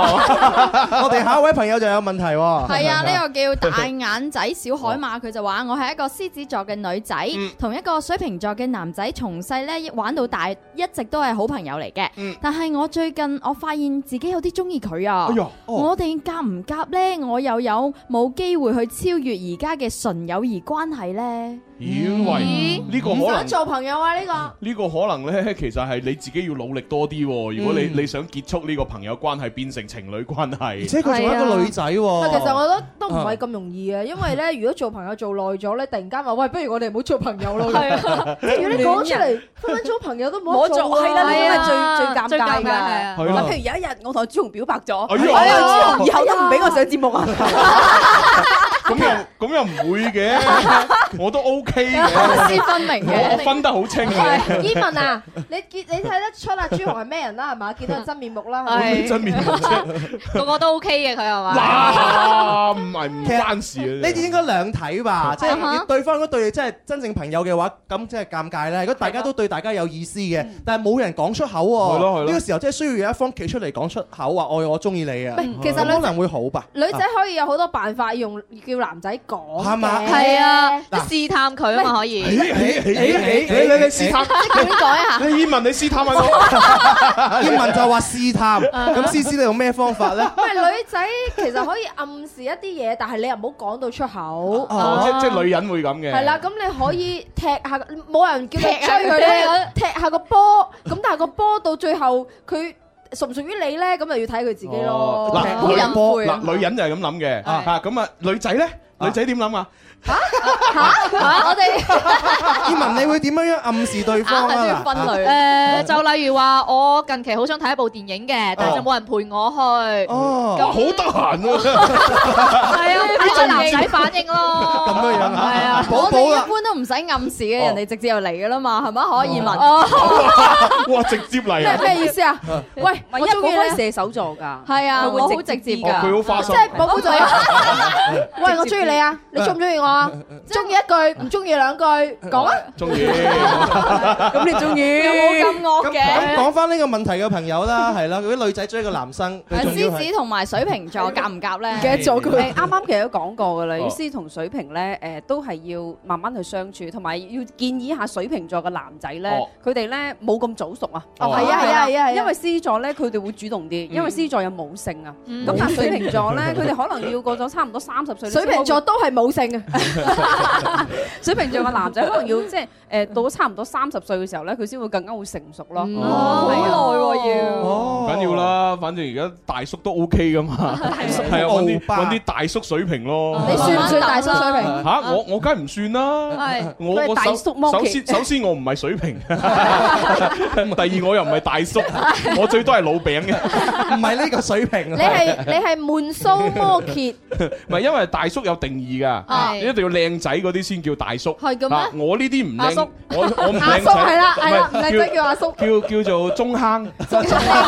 我哋下一位朋友就有問題喎。係啊，呢個叫大眼仔小海馬，佢就話我係一個獅子座嘅女仔，同一個水瓶座嘅男仔，從細咧玩到大，一直都係好朋友嚟嘅。但係我最近我發現自己有啲中意佢啊哎呀！哦我哋夾唔夾呢？我又有冇機會去超越而家嘅純友誼關係呢？咦喂，呢個可能想做朋友啊？呢個呢個可能咧，其實係你自己要努力多啲喎。如果你嗯你想結束呢個朋友關係，變成情侶關係，而且佢仲係一個女仔但其實喎。我覺得都啊唔係咁容易嘅，因 為咧，如果做朋友做耐咗咧，突然間話喂，不如我哋唔好做朋友咯。係啊，如果你講出嚟，分分鐘朋友都冇得做啊。係啦，呢係啊個係最最尷尬最尷尬係㗎啊。嗱，譬如有一日我同阿朱紅表白咗，哎我有呀朱紅以後都唔俾我上節目啊！咁又咁又唔會嘅，我都 OK 啊嘅，黑絲分明嘅我我分得好清嘅。伊文啊，你見你睇得出啊，朱紅係咩人啦，係嘛？見到佢真面目啦，係咪真真面目 啫，個個都 OK 嘅佢係嘛？嗱唔係唔關事啊嘅。呢啲應該兩 睇吧，即啊哈係對方如果對你真係真正朋友嘅話，咁真係尷尬啦。如果大家都對大家有意思嘅，但係冇人講出口係咯係喎，咯呢個時候真係需要有一方企出嚟講出口話愛我中意你啊。唔係其實咁女可能會好吧。女仔可以有好多辦法用叫男仔講嘅，係嘛係啊，嗱試探佢啊嘛可以。你你你你試探，點改啊你英文你試探下我，英文就話試探，咁思思你用咩方 法咧？喂，女仔其實可以暗示一啲嘢，但係你又唔好講到出口。啊哦，即即係女人會咁嘅。係啦，咁你可以踢下，冇人叫你追佢踢下咧，踢下個波。咁但係個波到最後佢屬唔屬於你咧？咁就要睇佢自 Ờ. 己咯。嗱，好女隱晦啊嗱，女人就係咁諗嘅，À. 啊咁啊，女仔咧，女仔點諗啊？嚇我哋英文你會點樣樣暗示對硬方係都要啊？分嗱類。誒，就例如話，我近期好想睇一部電影嘅，但係就冇人陪我去。哦，À, 咁好得閒 喎。係啊，哎睇個男仔反應咯。咁樣樣啊係 à. 啊，寶我寶哋啦一般都唔使暗示嘅，人哋直接就嚟噶啦嘛，係咪？可以問。哇，直接嚟哦啊！咩意思啊？Ờ. 喂，我我一中寶意可以你射手座㗎，係啊佢會我好直接啲㗎哦佢好花心即係寶 寶就有喂，我中意你啊！你中唔中意我啊？中意一句，唔中意兩句，講 啊！嗯中意，咁你中意有冇咁惡嘅咁講翻呢個問題嘅朋友啦，係啦，如果女仔追一個男生，佢仲要獅係子同埋水瓶座夾唔夾唔呢？記得咗佢。誒 啱啱其實都講過㗎啦，哦於是同水瓶咧誒都係要慢慢去相處，同埋要建議一下水瓶座嘅男仔咧哦，佢哋咧冇咁早熟啊。哦係啊係啊係啊係啊因為獅座咧佢哋會主動啲，因為獅座有母性啊。嗯咁 但係水瓶 座咧，母性佢哋可能要過咗差唔多三十歲。水瓶座都係冇性啊 嘅，水瓶座嘅男仔可能要即係誒到差唔多三十歲嘅時候咧，佢先會更加會成熟咯。哦係啊好耐喎要唔緊要啦，反正而家大叔都 OK 噶 Ờ, 嘛，à. 係啊，揾啲揾啲大叔水平咯。Ờ. 你算唔算大叔水平嚇，我我梗係唔算啦係。我佢係我大首叔摩首羯先首先我唔係水平， 第二我又唔係大叔，我最多係老餅嘅。唔係呢個水平你係你係悶騷摩羯， 唔係因為大叔有定義㗎，啊係你一定要靚仔嗰啲先叫大叔。係嘅咩啊我呢啲唔阿叔靚，我我唔阿靚叔仔，係啦係啦，唔係靚仔叫阿叔，叫叫做中 坑，係啊係啊，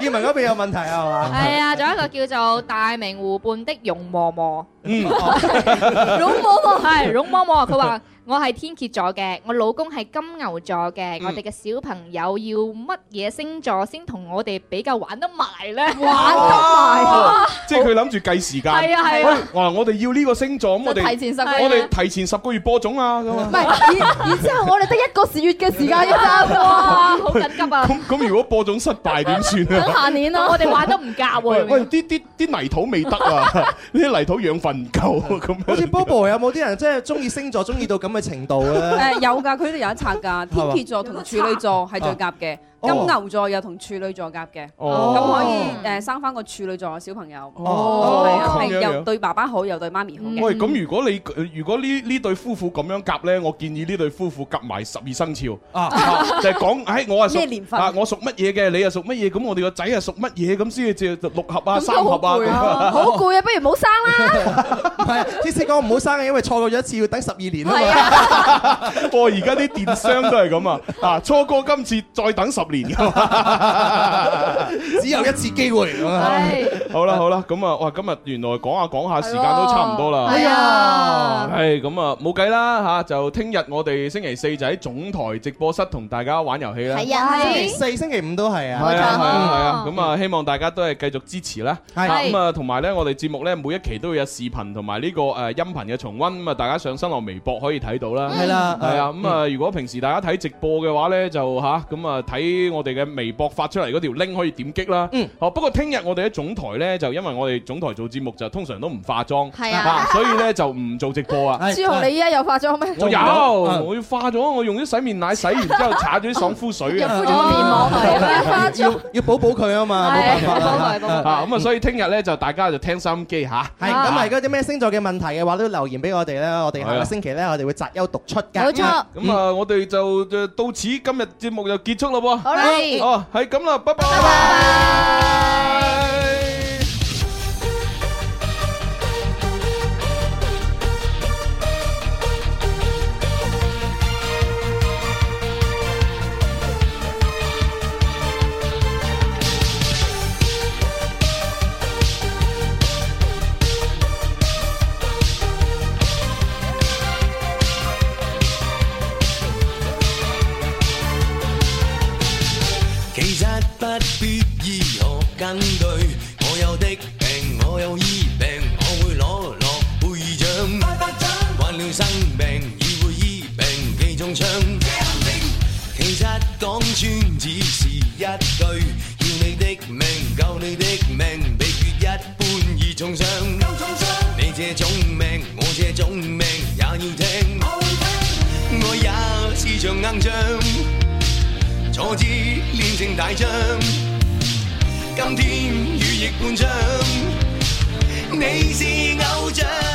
葉文嗰邊有問題啊係嘛？係啊，仲有一個叫做大明湖畔的容嬷嬷。嗯， 容嬷嬷係容嬷嬷，佢話我係天蝎座嘅，我老公係金牛座嘅，嗯我哋嘅小朋友要乜嘢星座先同我哋比較玩得埋呢？玩得埋 哦即係佢諗住計時間。係啊係啊喂哇我哋要呢個星座，咁我哋就提前十個月我哋提前十個月播種啊，咁唔啊。係，然然之後我哋得一個時月嘅時間㗎咋， 哇好緊急啊！咁咁如果播種失敗點算啊？年咯，我哋玩得唔啊夾喂喂，喎。啲啲啲泥土未得啊，啲泥土養分唔夠啊咁樣。好似 Bobo 有冇啲人真係中意星呃座中意到咁嘅程度咧？誒有㗎，佢哋有一拆㗎，天蠍座同處女座係最夾嘅，金牛座又同處女座夾嘅，啊哦咁可以誒生翻個處女座嘅小朋友，哦係啊咁樣樣又對爸爸好，又對媽咪好嘅。喂，咁如果你如果呢呢對夫婦咁樣夾呢，我建議呢對夫婦夾埋十二生肖 啊，就係講，唉，我係屬咩年份啊，我屬乜嘢嘅，你係屬乜嘢，咁我哋個仔係屬乜嘢，咁先至六合啊、咁三都合好啊攰咁 啊，好攰啊，不如唔好生啦。即使講唔好生啊嘅，因為錯過咗一次要等十二年啊嘛。 我哦而家啲電商都係咁啊！啊，初哥今次再等十年㗎， 只有一次機會咁啊係好啦好啦，咁啊，哇！今日原來講下講下時間都差唔多啦。係 Ờ. 啊係咁啊，冇計啦嚇，就聽日我哋星期四就喺總台直播室同大家玩遊戲啦。星期四、星期五都係啊。係啊，係啊，係啊，咁啊，希望大家都係繼續支持啦。係咁啊，同埋咧，我哋節目咧每一期都會有視頻同埋呢個誒音頻嘅重温，咁啊，大家上新浪微博可以睇到啦。係啦係啊，咁啊，如果平時大家睇直播嘅話咧，就吓咁啊睇我哋嘅微博發出嚟嗰條 link 可以點擊啦。嗯。哦，不過聽日我哋喺總台咧，就因為我哋總台做節目就通常都唔化妝，係啊所以咧就唔做直播啊。朱紅，你依家有化妝咩？我有，嗯我要化咗，我用啲洗面奶洗完之後，搽咗啲爽膚水 又啊，敷咗個面膜係要要補補佢啊嘛，冇辦法啦。啊，咁啊，所以聽日咧就大家就聽收音機嚇。係咁啊！如果啲咩星座嘅問題嘅話，都留言俾我哋啦。我哋下個星期咧，我哋會擇優讀出㗎。咁啊，我哋就就到此今日節目就結束啦噃。好啦哦，係咁啦，拜拜。其實不必醫學根據，我有的病我有醫病，我會攞諾貝爾獎。患了生病已會醫病幾中槍。其實講穿只是一句，要你的命救你的命，比血一般易重傷。你這種命我這種命也要聽，我也是像硬仗。挫折練成大將，今天羽翼半張，你是偶像。